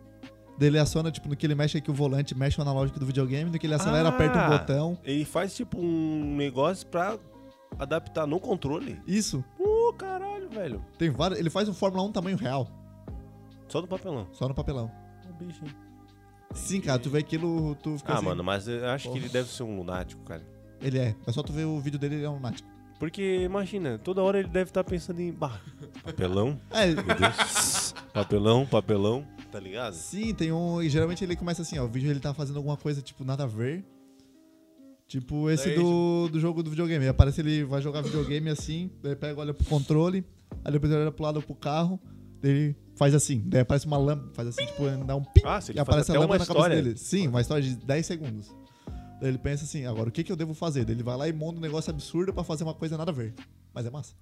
Daí ele aciona, tipo, no que ele mexe aqui o volante, mexe o analógico do videogame, no que ele acelera, Ah! aperta o botão. Ele faz tipo um negócio pra adaptar no controle. Isso. Ô, caralho, velho. Tem várias, ele faz um Fórmula 1 tamanho real, Só do papelão. só no papelão. É um Ô, bicho, hein? Sim, cara, tu vê aquilo, tu fica Ah, assim. mano, mas eu acho que Porra. ele deve ser um lunático, cara. Ele é. É só tu ver o vídeo dele, ele é um lunático. Porque, imagina, toda hora ele deve estar pensando em. Bah, papelão, É, meu Deus. papelão, papelão. Tá ligado? sim, tem um. E geralmente ele começa assim, ó. O vídeo ele tá fazendo alguma coisa, tipo, nada a ver. Tipo esse É Daí, do, do jogo do videogame. Aí Aparece ele vai jogar videogame assim, daí pega, olha pro controle, aí depois ele olha pro lado pro carro, daí ele faz assim, daí aparece uma lâmpada, faz assim, tipo, dá um pim, Ah, se ele e faz aparece a até uma lâmpada na cabeça história. dele. Sim, uma história de 10 segundos. Daí ele pensa assim, agora o que, que eu devo fazer? Daí ele vai lá e monta um negócio absurdo pra fazer uma coisa nada a ver. Mas é massa.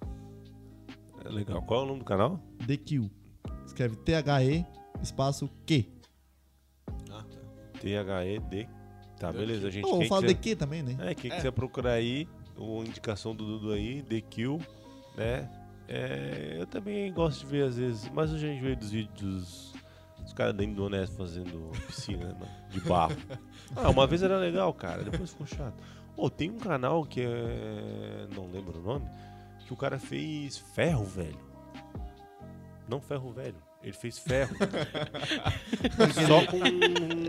É legal. Qual é o nome do canal? The Kill. Escreve T-H-E, espaço Q. Ah, tá. T-H-E-D. Tá, beleza, gente. Ou quem fala The quiser... Q também, né? É, quem É. quiser procurar aí, ou indicação do Dudu aí, The Kill, né? É, eu também gosto de ver às vezes, mas eu já enjoei dos vídeos dos caras da Indonésia fazendo piscina, né, mano? De barro. Ah, uma vez era legal, cara, depois ficou chato. Ô, tem um canal que é. Não lembro o nome, que o cara fez ferro, velho. Não ferro velho. Ele fez ferro. só com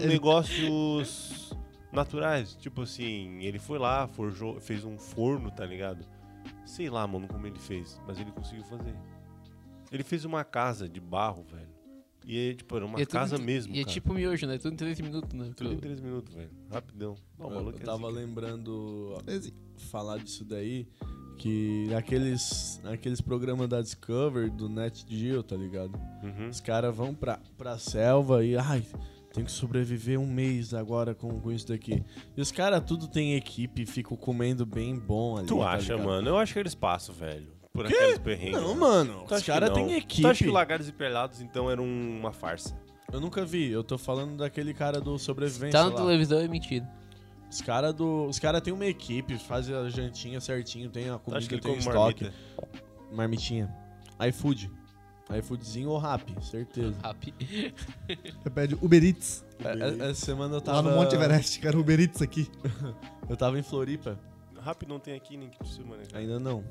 negócios naturais. Tipo assim, ele foi lá, forjou, fez um forno, tá ligado? Sei lá, mano, como ele fez, mas ele conseguiu fazer. Ele fez uma casa de barro, velho. E é, tipo, era uma E é tudo casa em- mesmo, E é cara. tipo miojo, né? Tudo em 3 minutos, né? Tudo em Tu- 3 minutos, velho. Rapidão. Não, o Eu, maluco é tava zica. lembrando, ó, falar disso daí, que aqueles, aqueles programas da Discovery, do Net Geo, tá ligado? Uhum. Os caras vão pra, pra selva e, ai, tem que sobreviver um mês agora com, com isso daqui. E os caras tudo tem equipe, ficam comendo bem bom ali. Tu tá acha, ligado? mano? Eu acho que eles passam, velho. Por aqueles perrengues. Não, né? mano. Tu Os acha que caras não? têm Tu acha que equipe. Lagares e Pelados, então, era um- uma farsa? Eu nunca vi. Eu tô falando daquele cara do sobrevivência. Tá na lá. televisão é mentira. Os caras do. Os cara tem uma equipe, fazem a jantinha certinho, tem a Tu comida, acha que ele tem come o estoque. marmita? Marmitinha. iFood. iFoodzinho ou Rap, certeza. Rap. Você pede Uber Eats. É- é- Essa semana eu Tá lá tava. no Monte Everest, cara, Uber Eats aqui. Eu tava em Floripa. Rápido não tem aqui, nem que precisa, mano. Ainda não.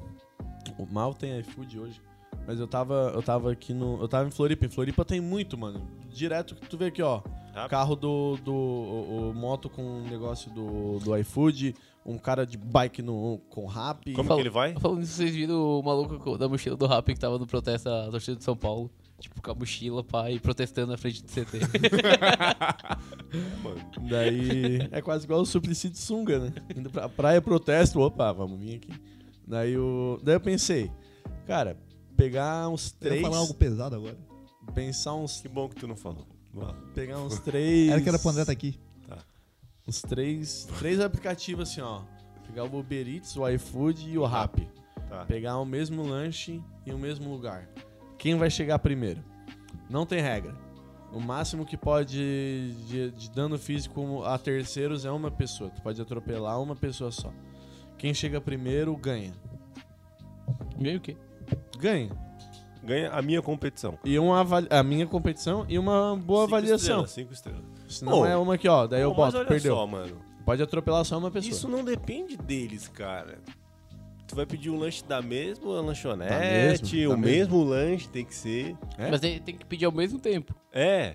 O mal tem iFood hoje. Mas eu tava. Eu tava aqui no. Eu tava em Floripa. Em Floripa tem muito, mano. Direto que tu vê aqui, ó. Rap? Carro do. do o, o moto com o negócio do, do iFood. Um cara de bike no, com rap. Como Fala- que ele vai? Falando nisso, vocês viram o maluco co- da mochila do Rap que tava no protesto da torcida de São Paulo? Tipo, com a mochila, pai, protestando na frente do CT. Mano, Daí é quase igual o Suplicy de sunga, né? Indo pra praia, protesto, opa, vamos vir aqui. Daí, o... Daí eu pensei, cara, pegar uns Eu ia três... falar algo pesado agora. Pensar uns... que bom que tu não falou. Vá. Pegar uns três... Era que era pra André tá aqui. Uns três... Três aplicativos assim, ó. Pegar o Uber Eats, o iFood e o Rappi. Tá. Pegar o mesmo lanche em o mesmo lugar. Quem vai chegar primeiro? Não tem regra. O máximo que pode de, de dano físico a terceiros é uma pessoa. Tu pode atropelar uma pessoa só. Quem chega primeiro ganha. Meio que. Ganha. Ganha a minha competição. E uma avali- a minha competição e uma boa Cinco avaliação. estrelas, cinco estrelas. Senão Pô. é uma aqui, ó. Daí eu Pô, mas boto, olha perdeu. só, mano. Pode atropelar só uma pessoa. Isso não depende deles, cara. Tu vai pedir um lanche da mesma lanchonete, Da mesma, da o mesmo lanche tem que ser. É? Mas aí tem que pedir ao mesmo tempo. É.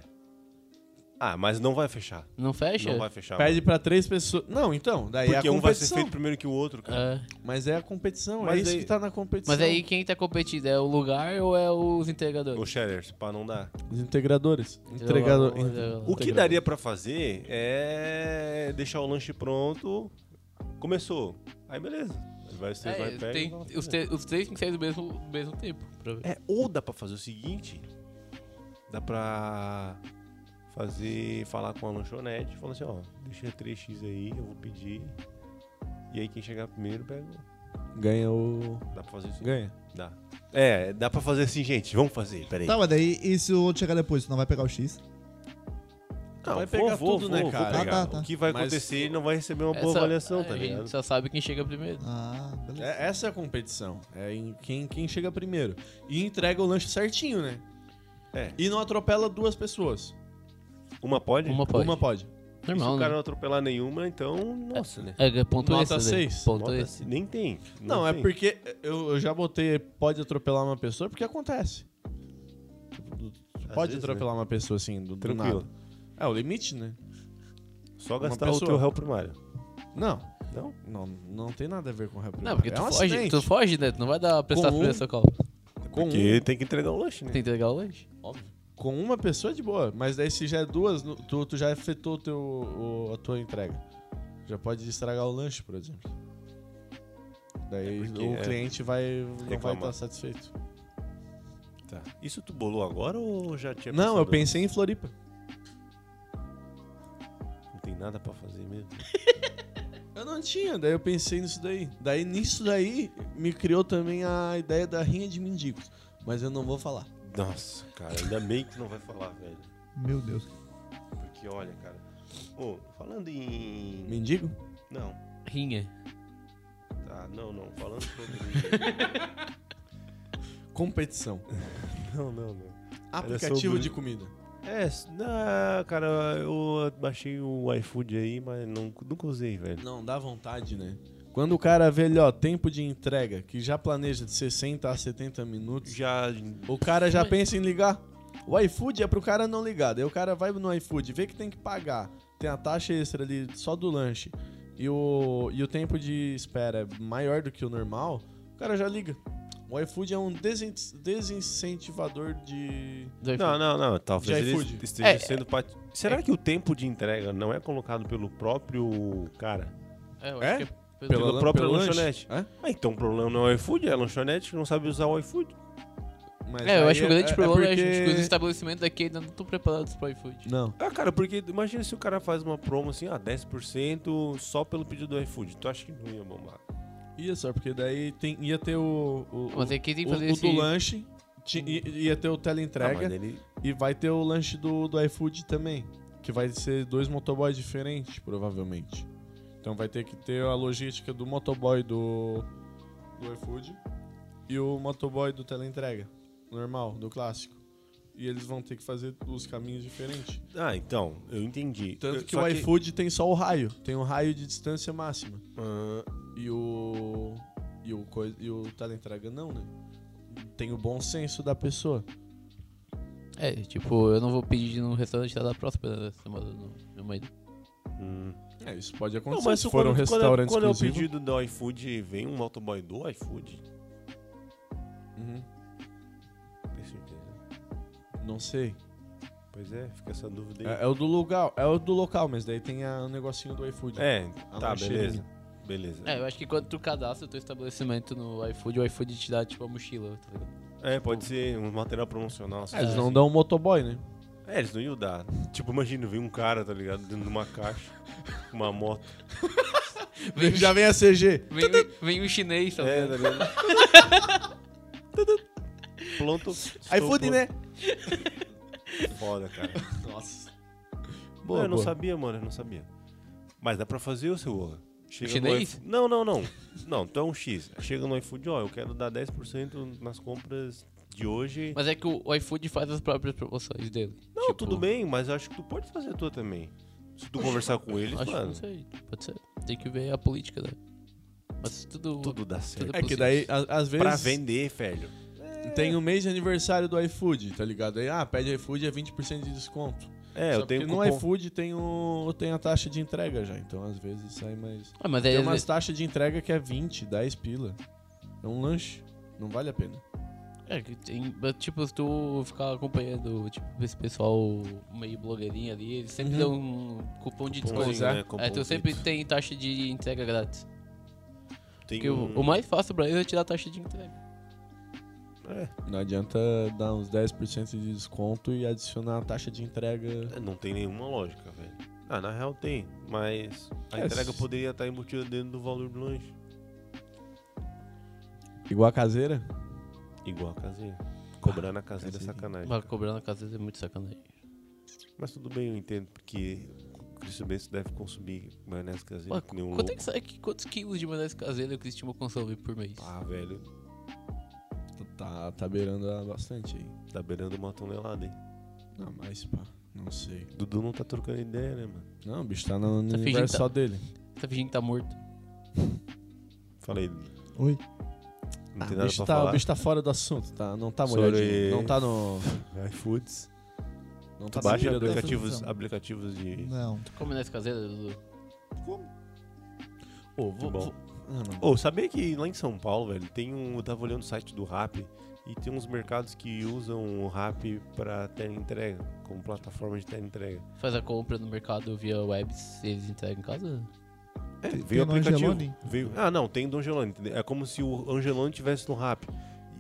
Ah, mas não vai fechar. Não fecha? Não vai fechar. Perde pra três pessoas. Não, então. Daí mano. é Porque a um vai ser competição. feito primeiro que o outro, cara. É. Mas é a competição. Mas é isso aí- que tá na competição. Mas aí quem tá competindo? É o lugar ou é os Ô, entregadores? Shellers, pra não dar. Os integradores. Entregador- Entregador. O que integrador. daria pra fazer é deixar o lanche pronto. Começou. Aí beleza. Aí Vai ser, vai É, pega e tem- vai lá. os, te- os três tem que sair do mesmo, mesmo tempo. pra ver. É, ou dá pra fazer o seguinte: dá pra fazer, falar com a lanchonete, falando assim: ó, deixa 3x aí, eu vou pedir. E aí quem chegar primeiro pega. Ganha o. Dá pra fazer isso? Ganha. Dá. É, dá pra fazer assim, gente. Vamos fazer, peraí. Tá, mas daí, e se o outro chegar depois, tu não vai pegar o X? Não, Vai pegar tudo, né, cara? pegar. Tá, tá, tá. O que vai Mas- acontecer, ele não vai receber uma É boa só- avaliação, tá a ligado? gente só sabe quem chega primeiro. Ah, beleza. É- essa é a competição. É em quem, quem chega primeiro. E entrega o lanche certinho, né? É. E não atropela duas pessoas. Uma pode? Uma pode. Uma pode. E se Normal, o cara né? não atropelar nenhuma, então, nossa, né? É, ponto Nota extra, né? seis. Ponto Nota- extra. nem tem. Não, é tem. porque eu, eu já botei pode atropelar uma pessoa porque acontece. Tipo, do- Às Pode vezes, atropelar uma pessoa assim, do, do Tranquilo. nada. É o limite, né? Só Uma gastar o pessoa. teu réu primário. Não, Não? não, não tem nada a ver com repressão. Não, porque é tu, um foge, acidente. tu foge, né? Tu não vai dar prestar Com primeiro um- socorro. com, um- é Porque tem que entregar o lanche, né? Tem que entregar o lanche. com uma pessoa de boa, mas daí se já é duas, no- tu, tu já afetou o teu, o- a tua entrega. Já pode estragar o lanche, por exemplo. Daí É porque, o é, cliente vai, não vai reclamar. estar satisfeito. Tá. Isso tu bolou agora ou já tinha Não, eu pensado? pensei em Floripa. Não tem nada pra fazer mesmo. Eu não tinha, daí eu pensei nisso daí. Daí nisso daí me criou também a ideia da rinha de mendigos. Mas eu não vou falar. Nossa, cara, ainda bem que tu não vai falar, velho. É. Meu Deus. Porque olha, cara. Ô, falando em. Mendigo? Não, Rinha. tá, não, não. Falando sobre. Competição. não, não, não. Aplicativo sobre- de comida. É, s- não, cara, eu baixei o iFood aí, mas não, nunca usei, velho. Não, dá vontade, né? Quando o cara vê ali, ó, tempo de entrega, que já planeja de 60 a 70 minutos, Já. o cara já Mas- pensa em ligar. O iFood é pro cara não ligar. Daí o cara vai no iFood, vê que tem que pagar. Tem a taxa extra ali só do lanche. E o, e o tempo de espera é maior do que o normal. O cara já liga. O iFood é um desin- desincentivador de. Do iFood. Não, não, não. Talvez De ele iFood. esteja É, sendo. pat- Será que o tempo de entrega não é colocado pelo próprio cara? É, eu acho É? que é pelo- Pelo- lan- próprio lanche. lanchonete. É? Ah, então o problema não é o iFood, é a lanchonete que não sabe usar o iFood. Mas É, eu aí acho que o grande problema é, porque- gente, que os estabelecimentos daqui ainda não estão preparados pro iFood. Não. Ah, cara, porque imagina se o cara faz uma promo assim, ah, 10% só pelo pedido do iFood. Tu acha que não ia bombar? Ia só, porque daí tem, ia ter o. o Mas aí quem tem que o, fazer o esse... do lanche, ti- i- ia ter o Ah, mas teleentrega ele- e vai ter o lanche do, do iFood também. Que vai ser dois motoboys diferentes, provavelmente. Então vai ter que ter a logística do motoboy do, do iFood e o motoboy do teleentrega. Normal, do clássico. E eles vão ter que fazer os caminhos diferentes. Ah, então, eu entendi. Tanto Eu- que só o iFood tem só o raio. Tem um raio de distância máxima. Ah, E o. E o, coisa, e o teleentrega não, né? Tem o bom senso da pessoa. É, tipo, eu não vou pedir num restaurante lá da próxima né? semana, não, minha mãe. hum. É, isso pode Não, acontecer mas se for um restaurante quando, é- quando exclusivo. é o pedido do iFood, vem um motoboy do iFood? Uhum. Tem certeza. Não sei. Pois é, fica essa dúvida aí. É, é o do lugar, é o do local, mas daí tem a- o negocinho do iFood. É, A tá, lancheirinha. beleza. Beleza. É, eu acho que quando tu cadastra o teu estabelecimento no iFood, o iFood te dá, tipo, a mochila, tá ligado? É, pode ser um material promocional. É, assim. eles não dão um motoboy, né? É, eles não iam dar. Tipo, imagina, vem um cara, tá ligado? Dentro de uma caixa, com uma moto. Vem, Já vem a CG. vem, vem, vem um chinês, tá É, tá ligado? ligado? Pronto. estou iFood, pronto. né? Foda, cara. Nossa. Não, Boa, É, eu não boa. sabia, mano, eu não sabia. Mas dá pra fazer o seu. Chega no Chinês? iFood- Não, não, não. Não, então é um X. Chega no iFood, ó, eu quero dar 10% nas compras de hoje. Mas é que o, o iFood faz as próprias promoções dele. não, tudo bem, mas eu acho que tu pode fazer a tua também. Se tu conversar com eles, Acho que mano, não sei, pode ser. Tem que ver a política, né? Mas tudo... tudo dá certo. É que daí, a- às vezes, Pra vender, velho. tem um mês de aniversário do iFood, tá ligado? Aí, ah, pede iFood é 20% de desconto. É, Só eu tenho porque um no cupom. iFood tem, o, tem a taxa de entrega já, então às vezes sai mais. Ah, mas aí, Tem às umas vezes- taxas de entrega que é 20, 10 pila. É um lanche. Não vale a pena. é, que tem- mas, tipo, se tu ficar acompanhando, tipo, esse pessoal meio blogueirinho ali, eles sempre dão um cupom de Cupomzinho, desconto. Pois é. né, É, tu cupomzinho. sempre tem taxa de entrega grátis. Tem Porque o, um- o mais fácil pra eles é tirar a taxa de entrega. É, Não adianta dar uns 10% de desconto e adicionar a taxa de entrega. não tem nenhuma lógica, velho. Ah, na real tem, mas a É, entrega se- poderia estar embutida dentro do valor do lanche. Igual a caseira? Igual a caseira. Cobrar na caseira é caseira. sacanagem. Mas cobrando a casa é muito sacanagem. Mas tudo bem, eu entendo, porque o Cristo Bento deve consumir maionese caseira Ué, que nem um quanto louco. é que sai- que- quantos quilos de maionese caseira que estima consumir por mês? Ah, velho, Tá, tá beirando a bastante aí. tá beirando uma tonelada, hein? Não, mas pá, não sei. Dudu não tá trocando ideia, né, mano? Não, o bicho tá no, no Tá fingindo universo tá- só dele. Tá fingindo que tá morto. Falei, não Oi. Ah, tem o, nada bicho pra tá, o falar. bicho tá fora do assunto, tá? Não tá Sobre- molhadinho. Não tá no. iFoods. Não tá Tu baixa segurando. aplicativos, função. aplicativos de... Não. Tu come maionese caseira, Dudu? Pô, vou- Que bom. vou- Ah, não. Ô, sabia que lá em São Paulo, velho, tem um... Eu tava olhando o site do Rap e tem uns mercados que usam o Rap pra teleentrega, como plataforma de teleentrega. Faz a compra no mercado via webs, eles entregam em casa? É, Tem- veio o tem no aplicativo. Angelone? Veio... Ah, não, tem do Angelone. entendeu? É como se o Angelone tivesse no rap.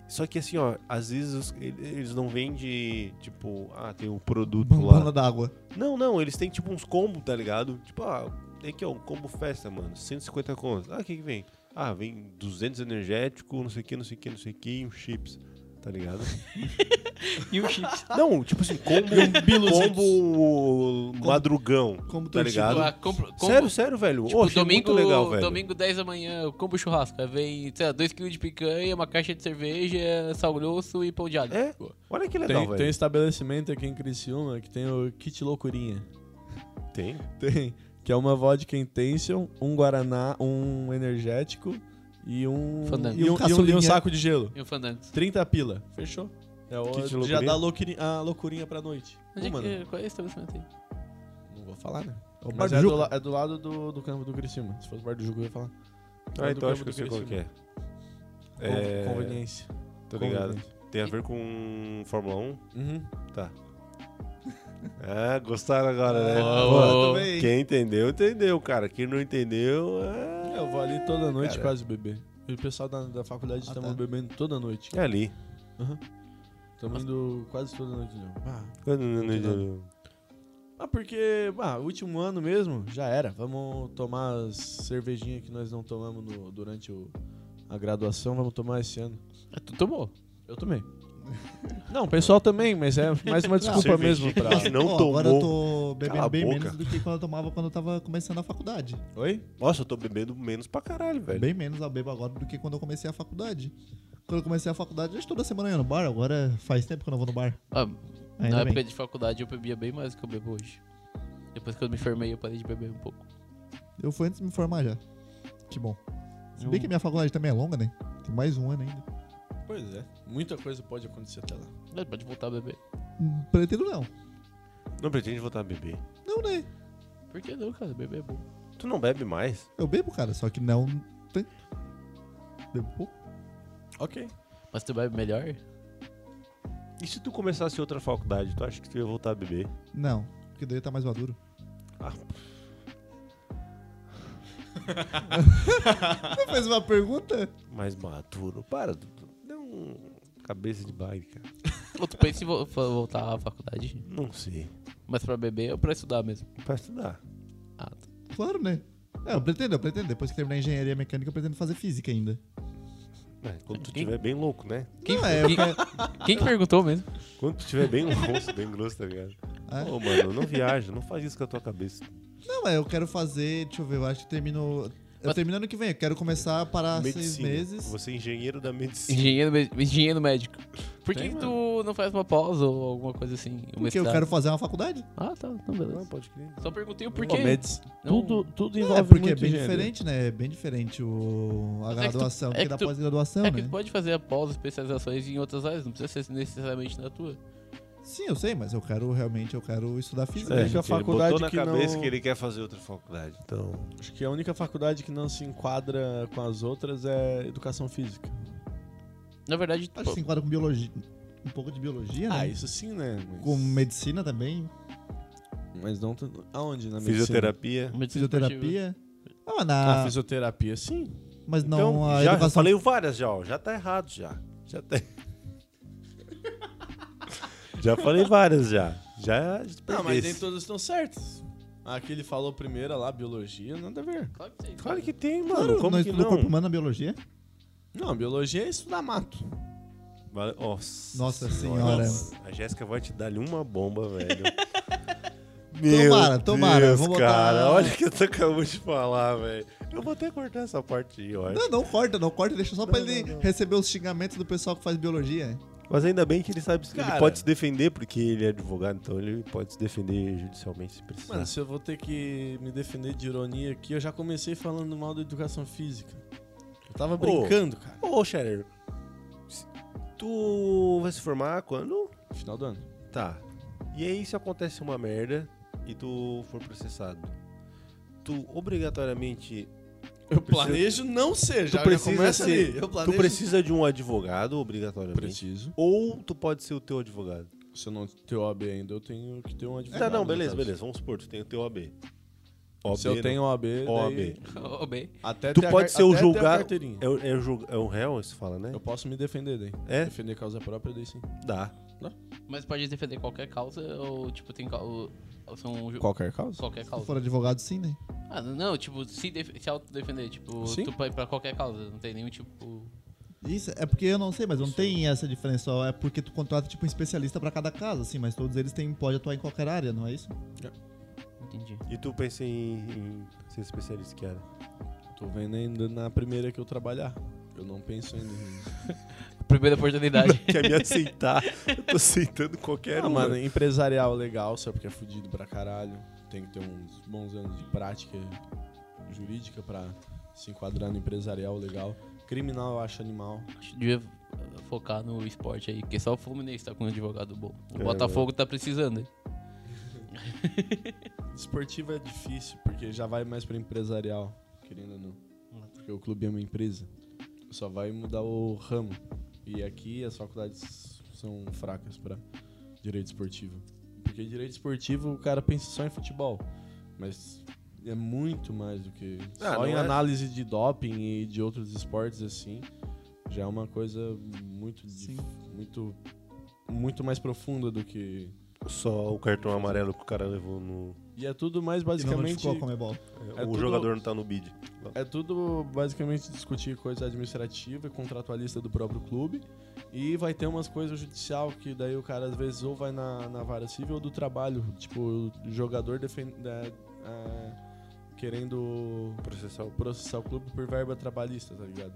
Só que assim, ó, às vezes os- ele- eles não vendem, tipo, ah, tem um produto Bombona lá. d'água. Não, não, eles têm tipo uns combos, tá ligado? Tipo, ah, tem aqui, ó, um combo festa, mano, 150 contas. Ah, o que que vem? Ah, vem 200 energético, não sei o que, não sei o que, não sei o que, e um chips, tá ligado? E o chips? Não, tipo assim, combo, combo madrugão, Como tá tu ligado? Tipo, a compra- combo- Sério, sério, velho. Tipo, Ô, achei domingo, muito legal, velho. domingo 10 da manhã, eu combo churrasco. Aí vem, sei lá, 2kg de picanha, uma caixa de cerveja, sal grosso e pão de alho. É? Olha que legal, Tem, velho. tem estabelecimento aqui em Criciúma que tem o kit loucurinha. Tem. Tem. Que é uma vodka intention, um guaraná, um energético e um. Fandango. E um, e um- e um Caçulinha. saco de gelo. E um fandango. 30 pila. Fechou. É o, Kit já loucurinha? dá loucuri- a loucurinha pra noite. Onde é Uma, né? que, qual é esse estabelecimento aí? Não vou falar, né? o Bar Mas do é do, Juca. la- é do lado do, do campo do Criciúma. Se fosse o bar do Juca, eu ia falar. Ah, Lá do então acho campo que eu do sei qual que é. Con- É, Conveniência. Tô ligado. Conveniência. Tem a ver com Fórmula 1? Uhum. Tá. Ah, gostaram agora, né? Ah, Boa. Pô, Eu também. quem entendeu, entendeu, cara. Quem não entendeu, é... Eu vou ali toda noite Cara. quase beber. E o pessoal da, da faculdade Ah, estamos tá. bebendo toda noite. É ali. Estamos indo quase toda noite, não. Ah, Ah, porque, ah, último ano mesmo, já era. Vamos tomar as cervejinhas que nós não tomamos no- durante o- a graduação, vamos tomar esse ano. É, Ah, tu tomou. Eu também. Não, o pessoal também, mas é mais uma desculpa cervejinha mesmo pra. que não Pô, tomou. Ah, Agora eu tô bebendo Cala a bem boca. menos do que quando eu tomava quando eu tava começando a faculdade. Oi? Nossa, eu tô bebendo menos pra caralho, velho. Bem menos eu bebo agora do que quando eu comecei a faculdade. Quando eu comecei a faculdade, eu toda semana ia no bar. Agora faz tempo que eu não vou no bar. Ah, Ainda na bem. época de faculdade eu bebia bem mais do que eu bebo hoje. Depois que eu me formei, eu parei de beber um pouco. Eu fui antes de me formar já. Que bom. Se Eu- bem que minha faculdade também é longa, né? Tem mais um ano ainda. Pois é. Muita coisa pode acontecer até lá. Mas pode voltar a beber. Hum, Pretendo não. Não pretende voltar a beber. Não, né? Por que não, cara? Beber é bom. Tu não bebe mais? Eu bebo, cara, só que não tanto. Bebo pouco. Ok. Mas tu bebe melhor? E se tu começasse outra faculdade, tu acha que tu ia voltar a beber? Não, porque daí tá mais maduro. Ah. Você fez uma pergunta? Mais maduro. Para, tu, tu- dá um... Cabeça de baile, cara. Ou tu pensa em vo- fo- voltar à faculdade? Não sei. Mas pra beber ou pra estudar mesmo? Pra estudar. Ah, tá. Claro, né? É, eu pretendo, eu pretendo. Depois que terminar a engenharia mecânica, eu pretendo fazer física ainda. Mas É, quando tu Quem- tiver bem louco, né? Quem, Não, é, eu quem, quero- quem que perguntou mesmo? Quando tu tiver bem grosso, bem grosso, tá ligado? Ah. Ô, mano, não viaja, não faz isso com a tua cabeça. Não, mas eu quero fazer. Deixa eu ver, eu acho que termino. Eu Mas- termino ano que vem, eu quero começar a parar seis Medicina. meses. Você é engenheiro da medicina. Engenheiro, me- engenheiro médico. Por que, Tem, que tu não faz uma pausa ou alguma coisa assim? Uma Porque eu estrada? quero fazer uma faculdade. Ah, tá. Então, beleza. Não, pode crer. Só perguntei o Pô, porquê. Meds, Não- tudo, tudo É, envolve porque é muito bem engenharia. diferente, né? É bem diferente o, a Mas é que tu- graduação é do que que da tu- pós-graduação, É né? que tu pode fazer a pausa, especializações em outras áreas, não precisa ser necessariamente na tua. Sim, eu sei, mas eu quero realmente, eu quero estudar física. É. né? a ele faculdade botou na que cabeça não- que ele quer fazer outra faculdade. Então, Acho que a única faculdade que não se enquadra com as outras é educação física. Na verdade, tu- Acho que se enquadra com biologia. Um pouco de biologia, Ah, né? isso sim, né? Mas, Com medicina também, mas não. tanto- Aonde? Na medicina? fisioterapia. medicina esportiva. fisioterapia. Ah, mas na, Ah, fisioterapia, sim. mas não então, a já educação. falei várias já, ó. Já tá errado já. Já tá. já falei várias já. Já Não, mas nem desse. todas estão certas. A que ele falou primeiro lá, biologia, nada a ver. Claro que sim. Claro que tem, mano. Claro, Como não que estudou não? corpo humano na biologia? Não, biologia é estudar mato. Vale- Nossa, Nossa senhora. mano. A Jéssica vai te dar-lhe uma bomba, velho. Tomara, tomara, Deus, vou botar- cara, olha o que tu acabou de falar, velho. Eu vou até cortar essa parte aí, ó. Não, não corta, não corta, deixa só pra ele receber os xingamentos do pessoal que faz biologia. Mas ainda bem que ele sabe, ele Cara. pode se defender, porque ele é advogado, então ele pode se defender judicialmente se precisar. Mano, se eu vou ter que me defender de ironia aqui, eu já comecei falando mal da educação física. Eu tava brincando, cara. Ô, Scherer, se- tu vai se formar quando? Final do ano. Tá. E aí, se acontece uma merda e tu for processado, tu obrigatoriamente. Eu precisa- planejo não ser, já, tu já precisa começa ser- ali. Eu Tu planejo... precisa de um advogado, obrigatoriamente. Preciso. Ou tu pode ser o teu advogado. Se eu não tenho OAB ainda, eu tenho que ter um advogado. tá, não, no beleza, caso. beleza. Vamos supor, tu tem o teu OAB. OAB Se eu não. tenho OAB, OAB. daí- Ô, bem. até né? Tu ter a pode car- ser o até ter a julgado. carteirinha. É, o- é, o julga- é o réu, isso fala, né? Eu posso me defender daí. É? Defender causa própria daí sim. Dá. Mas pode defender qualquer causa ou, tipo, tem cau- ou São ju- Qualquer causa? Qualquer Se causa. for advogado, sim, né? Ah, não, tipo, se, def- se autodefender, tipo, Sim. tu vai pra qualquer causa, não tem nenhum tipo. Isso, é porque eu não sei, mas não tem essa diferença. Só é porque tu contrata, tipo, um especialista pra cada caso, assim, mas todos eles têm, pode atuar em qualquer área, não é isso? Entendi. E tu pensa em, em ser especialista, que era? Tô vendo ainda na primeira que eu trabalhar. Eu não penso ainda. em- Primeira oportunidade. Quer me aceitar? eu tô aceitando qualquer Ah, um. mano, né? empresarial legal, só porque é fudido pra caralho. Tem que ter uns bons anos de prática jurídica pra se enquadrar no empresarial legal. Criminal eu acho animal. Acho que devia eh, focar no esporte aí, porque só o Fluminense tá com um advogado bom. O É, Botafogo tá precisando. hein? Esportivo é difícil, porque já vai mais pra empresarial, querendo ou não. Porque o clube é uma empresa. Só vai mudar o ramo. E aqui as faculdades são fracas pra direito esportivo. Porque direito esportivo o cara pensa só em futebol. Mas é muito mais do que. Ah, só não em é- análise de doping e de outros esportes assim. Já é uma coisa muito. dif- Muito. Muito mais profunda do que. Só o cartão amarelo que o cara levou no. E é tudo mais Que não basicamente. notificou a Comebol. o tudo- jogador não tá no bid. É tudo basicamente discutir coisa administrativa e contratualista do próprio clube. E vai ter umas coisas judicial que daí o cara às vezes ou vai na, na vara civil ou do trabalho. Tipo, o jogador defen- da- é, querendo Processar o. processar o clube por verba trabalhista, tá ligado?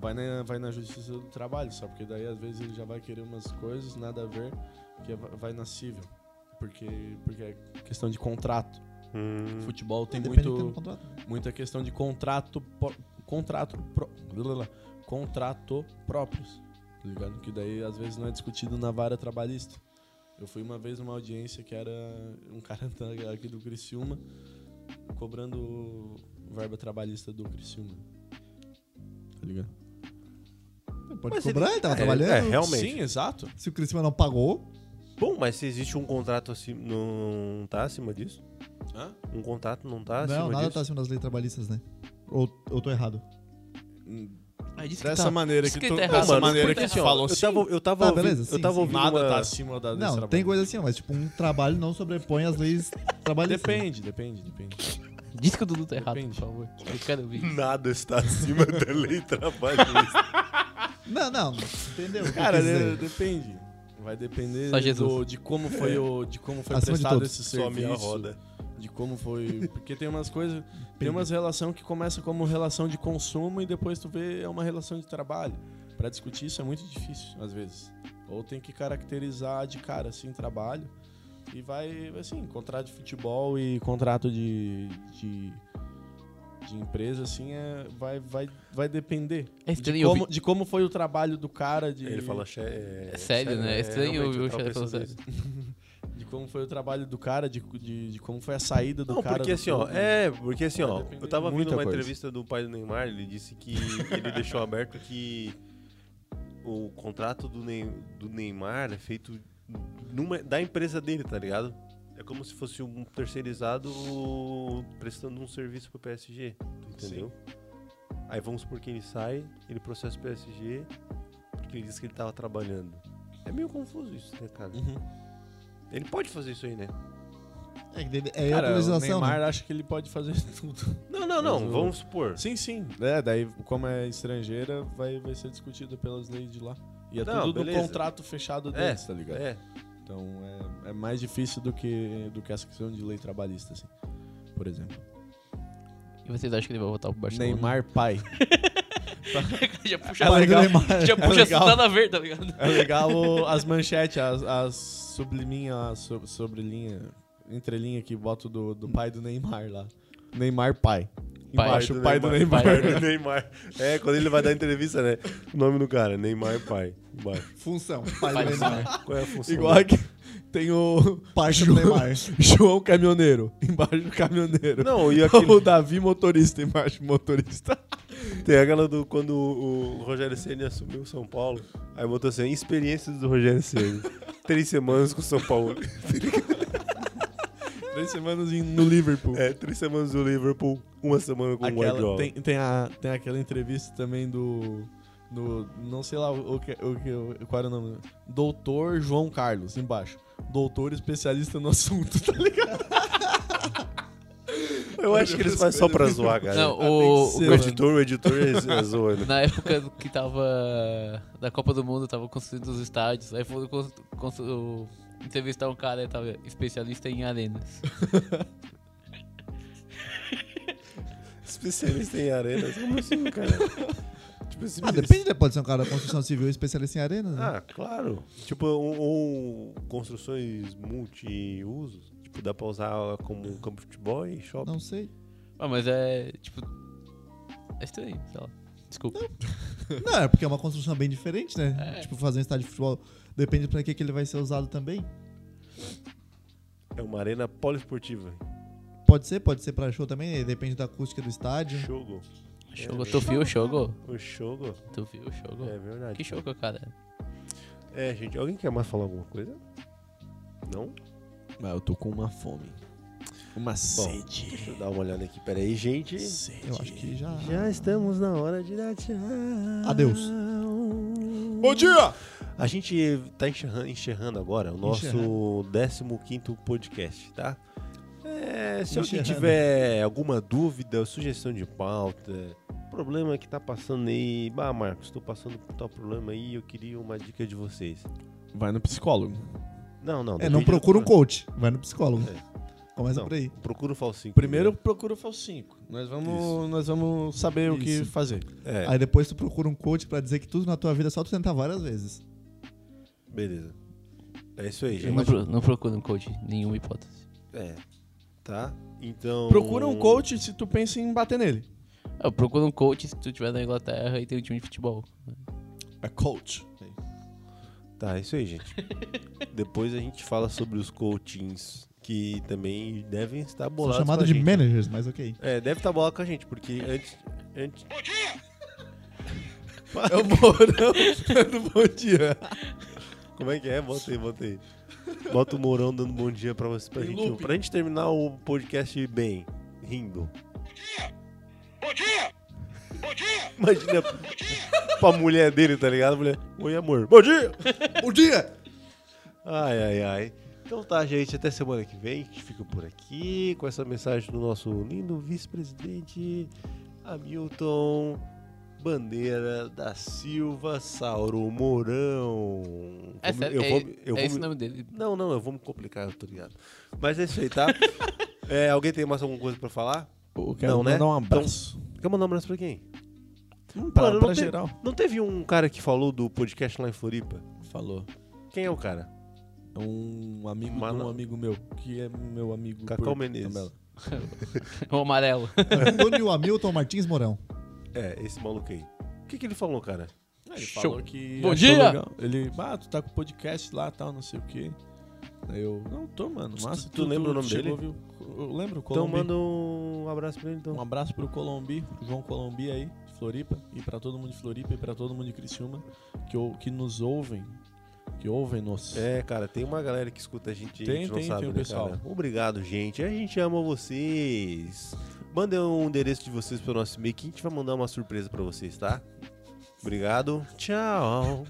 Vai na, vai na justiça do trabalho, só porque daí às vezes ele já vai querer umas coisas, nada a ver, que va- vai na civil. Porque, porque é questão de contrato. Hum, Futebol tem Depende muito do tá contrato. muita questão de contrato po- contrato pro- blá, blá, contrato próprios tá ligado que daí às vezes não é discutido na vara trabalhista eu fui uma vez numa audiência que era um cara da- aqui do Criciúma cobrando verba trabalhista do Criciúma tá ligado Pode Mas cobrar, ele- ele tava é, trabalhando. é, realmente. sim exato Se o Criciúma não pagou, Bom, mas se existe um contrato acima. Não tá acima disso? Hã? Um contrato não tá acima não, nada disso? tá acima das leis trabalhistas, né? Ou, ou tô errado? Ah, disse que dessa tá. maneira Isso que que tu, tá errado. Não, dessa mano, maneira porque que assim, tu ó, falou eu sim, Tá, tava, eu tava Ah, ouvindo, beleza, eu sim, tava sim. ouvindo nada uma- tá acima da desse Não, trabalho. tem coisa assim, ó, mas tipo, um trabalho não sobrepõe as leis trabalhistas. né? depende depende depende Diz que o Dudu tá errado, Depende. por favor. Eu quero ouvir. Nada está acima da lei trabalhista. Não, não, entendeu? o que eu Cara, quis de- dizer. depende. Vai depender Só do, Jesus. de como foi o de como foi Acima de prestado todos. esse Só a minha serviço, roda. de como foi, porque tem umas coisas, tem umas relação que começa como relação de consumo e depois tu vê é uma relação de trabalho. Pra discutir isso é muito difícil às vezes. Ou tem que caracterizar de cara assim trabalho e vai assim, contrato de futebol e contrato de, de de empresa assim é vai vai vai depender É de estranho como, ouvir. de como foi o trabalho do cara de Ele fala, "Che- é, É sério, né? É estranho realmente, ouvir eu o tava Xavier falando pensando sério. nisso. De como foi o trabalho do cara, de, de, de como foi a saída do Não, cara. porque do assim, ó, clube. é, porque assim, Vai ó, depender eu tava de vendo muita uma coisa. entrevista do pai do Neymar, ele disse que ele deixou aberto que o contrato do, Ney- do Neymar é feito numa- da empresa dele, tá ligado? É como se fosse um terceirizado prestando um serviço pro PSG, tu entendeu? Aí vamos supor que ele sai, ele processa o PSG porque ele disse que ele tava trabalhando. É meio confuso isso, né, cara? Uhum. Ele pode fazer isso aí, né? É, que deve- é Cara, outra o legislação. Neymar né? acha que ele pode fazer tudo. Não, não, Mas não, o- vamos supor. Sim, sim. É, daí, como é estrangeira, vai, vai ser discutido pelas leis de lá. E é Não, tudo beleza. do contrato fechado É, deles, tá ligado? É, Então é, é mais difícil do que, do que essa questão de lei trabalhista, assim. Por exemplo. E vocês acham que ele vai voltar pro Barcelona? Neymar pai. já puxa, É Pai do legal. Neymar. já puxa legal. a ver, tá ligado? É legal o- as manchetes, as, as subliminha, a so, sobrelinha, entrelinha que bota do, do pai do Neymar lá. Neymar pai. Pai Embaixo, do o pai do Neymar. Pai do Neymar. É, quando ele vai dar entrevista, né? O nome do cara, Neymar Pai. Vai. Função. Pai Pai do do Neymar. Qual é a função? Igual dele? aqui tem o Pai do Neymar. Ah, João Caminhoneiro, embaixo do caminhoneiro. Não, e aquele, O Davi motorista, embaixo do motorista. tem aquela do quando o o Rogério Ceni assumiu o São Paulo, aí botou assim, experiências do Rogério Ceni. Três semanas com o São Paulo. Três semanas em- no Liverpool. É, três semanas do Liverpool, uma semana com o Aquela, Guardiola. tem, tem, a, tem aquela entrevista também do. do não sei lá o que, o que. o- Qual era o nome? Doutor João Carlos, embaixo. Doutor especialista no assunto, tá ligado? Eu acho que eles fazem só pra zoar, cara. Não, tem que o, o ser, o mano. editor, o editor é, é zoando. Na época que tava da Copa do Mundo, tava construindo os estádios. Aí foi cons- cons- o- entrevistar um cara, ele tava especialista em arenas. Especialista em arenas, como assim, cara? Tipo, assim, Ah, eles- depende, né? pode ser um cara da construção civil especialista em arenas, né? Ah, claro. Tipo, ou, ou construções multiusos. Tipo, dá pra usar como um campo de futebol e shopping. Não sei. Ah, mas é, tipo, é estranho, sei lá. Desculpa. Não, é porque é uma construção bem diferente, né? É. Tipo, fazer um estádio de futebol depende pra que, que ele vai ser usado também. É uma arena poliesportiva. Pode ser, pode ser pra show também, depende da acústica do estádio. Shogo. Shogo, tu viu o Shogo? O Shogo. Tu viu o Shogo? É verdade. Que Shogo, cara? É, gente, alguém quer mais falar alguma coisa? Não? Mas eu tô com uma fome. Uma sede. Deixa eu dar uma olhada aqui. Pera aí, gente. Sede. Eu acho que já. Já estamos na hora de dar tchau. Adeus. Bom dia! A gente tá encerrando, encerrando agora o nosso 15 podcast, tá? É, se alguém Encerrando. tiver alguma dúvida, sugestão de pauta, problema que tá passando aí, bah, Marcos, tô passando por tal problema aí, eu queria uma dica de vocês. Vai no psicólogo. Não, não. É, não depende procura do- um coach, vai no psicólogo. Começa É. Não, por aí. Procura o falsinho. Primeiro procura o Falcinco. Nós Isso. vamos, nós vamos saber o que Isso. fazer. É, Aí depois tu procura um coach pra dizer que tudo na tua vida é só tu tentar várias vezes. beleza. É isso aí, Não, gente. pro, não procura um coach, nenhuma hipótese. É. Tá? Então. Procura um coach se tu pensa em bater nele. Ah, procura um coach se tu estiver na Inglaterra e tem um time de futebol. É coach. Tá, é isso aí, gente. Depois a gente fala sobre os coachings que também devem estar São bolados. com chamados a de gente. né? managers, mas ok. É, deve estar bolado com a gente, porque antes. antes... É o Morão do Bom Dia. Como é que é? Bota aí, bota aí. Bota o Mourão dando bom dia pra você pra Em gente. looping. Pra gente terminar o podcast bem, rindo. Bom dia! Bom dia! Bom dia! Imagina pra mulher dele, tá ligado? A Mulher, oi amor. Bom dia! Bom dia! Ai, ai, ai. Então tá, gente, até semana que vem. A gente fica por aqui com essa mensagem do nosso lindo vice-presidente Hamilton Bandeira da Silva Sauro Mourão. É Vou me- sério, é, eu vou é esse o me- nome dele. Não, não, eu vou me complicar, eu tô ligado. Mas é isso aí, tá? É, alguém tem mais alguma coisa pra falar? Eu quero Não, né? mandar um abraço. Quer mandar um abraço pra quem? pra Mano, não pra tem- geral. Não teve um cara que falou do podcast lá em Floripa? Falou. Quem é o cara? É um amigo Mano. de um amigo meu, que é meu amigo. Cacau por Menezes. tabela. O amarelo. Antônio Hamilton Martins Mourão. É, esse maluco aí. O que, que ele falou, cara? Ah, Ele Show. falou que. Bom achou dia! legal. Ele, ah, tu tá com podcast lá tal, não sei o quê. Aí eu, não, tô, mano. Tu- Massa, tu lembra o nome chegou, Viu? Eu lembro, Então Colombi. manda um abraço pra ele, então. Um abraço pro Colombi, João Colombi aí, de Floripa, e pra todo mundo de Floripa e pra todo mundo de Criciúma, que, ou- que nos ouvem, que ouvem nos. É, cara, tem uma galera que escuta a gente, a Tem, gente não tem, sabe, tem o né, pessoal. cara? Obrigado, gente. A gente ama vocês. Mandem um endereço de vocês pro nosso e-mail que a gente vai mandar uma surpresa pra vocês, tá? Obrigado. Tchau.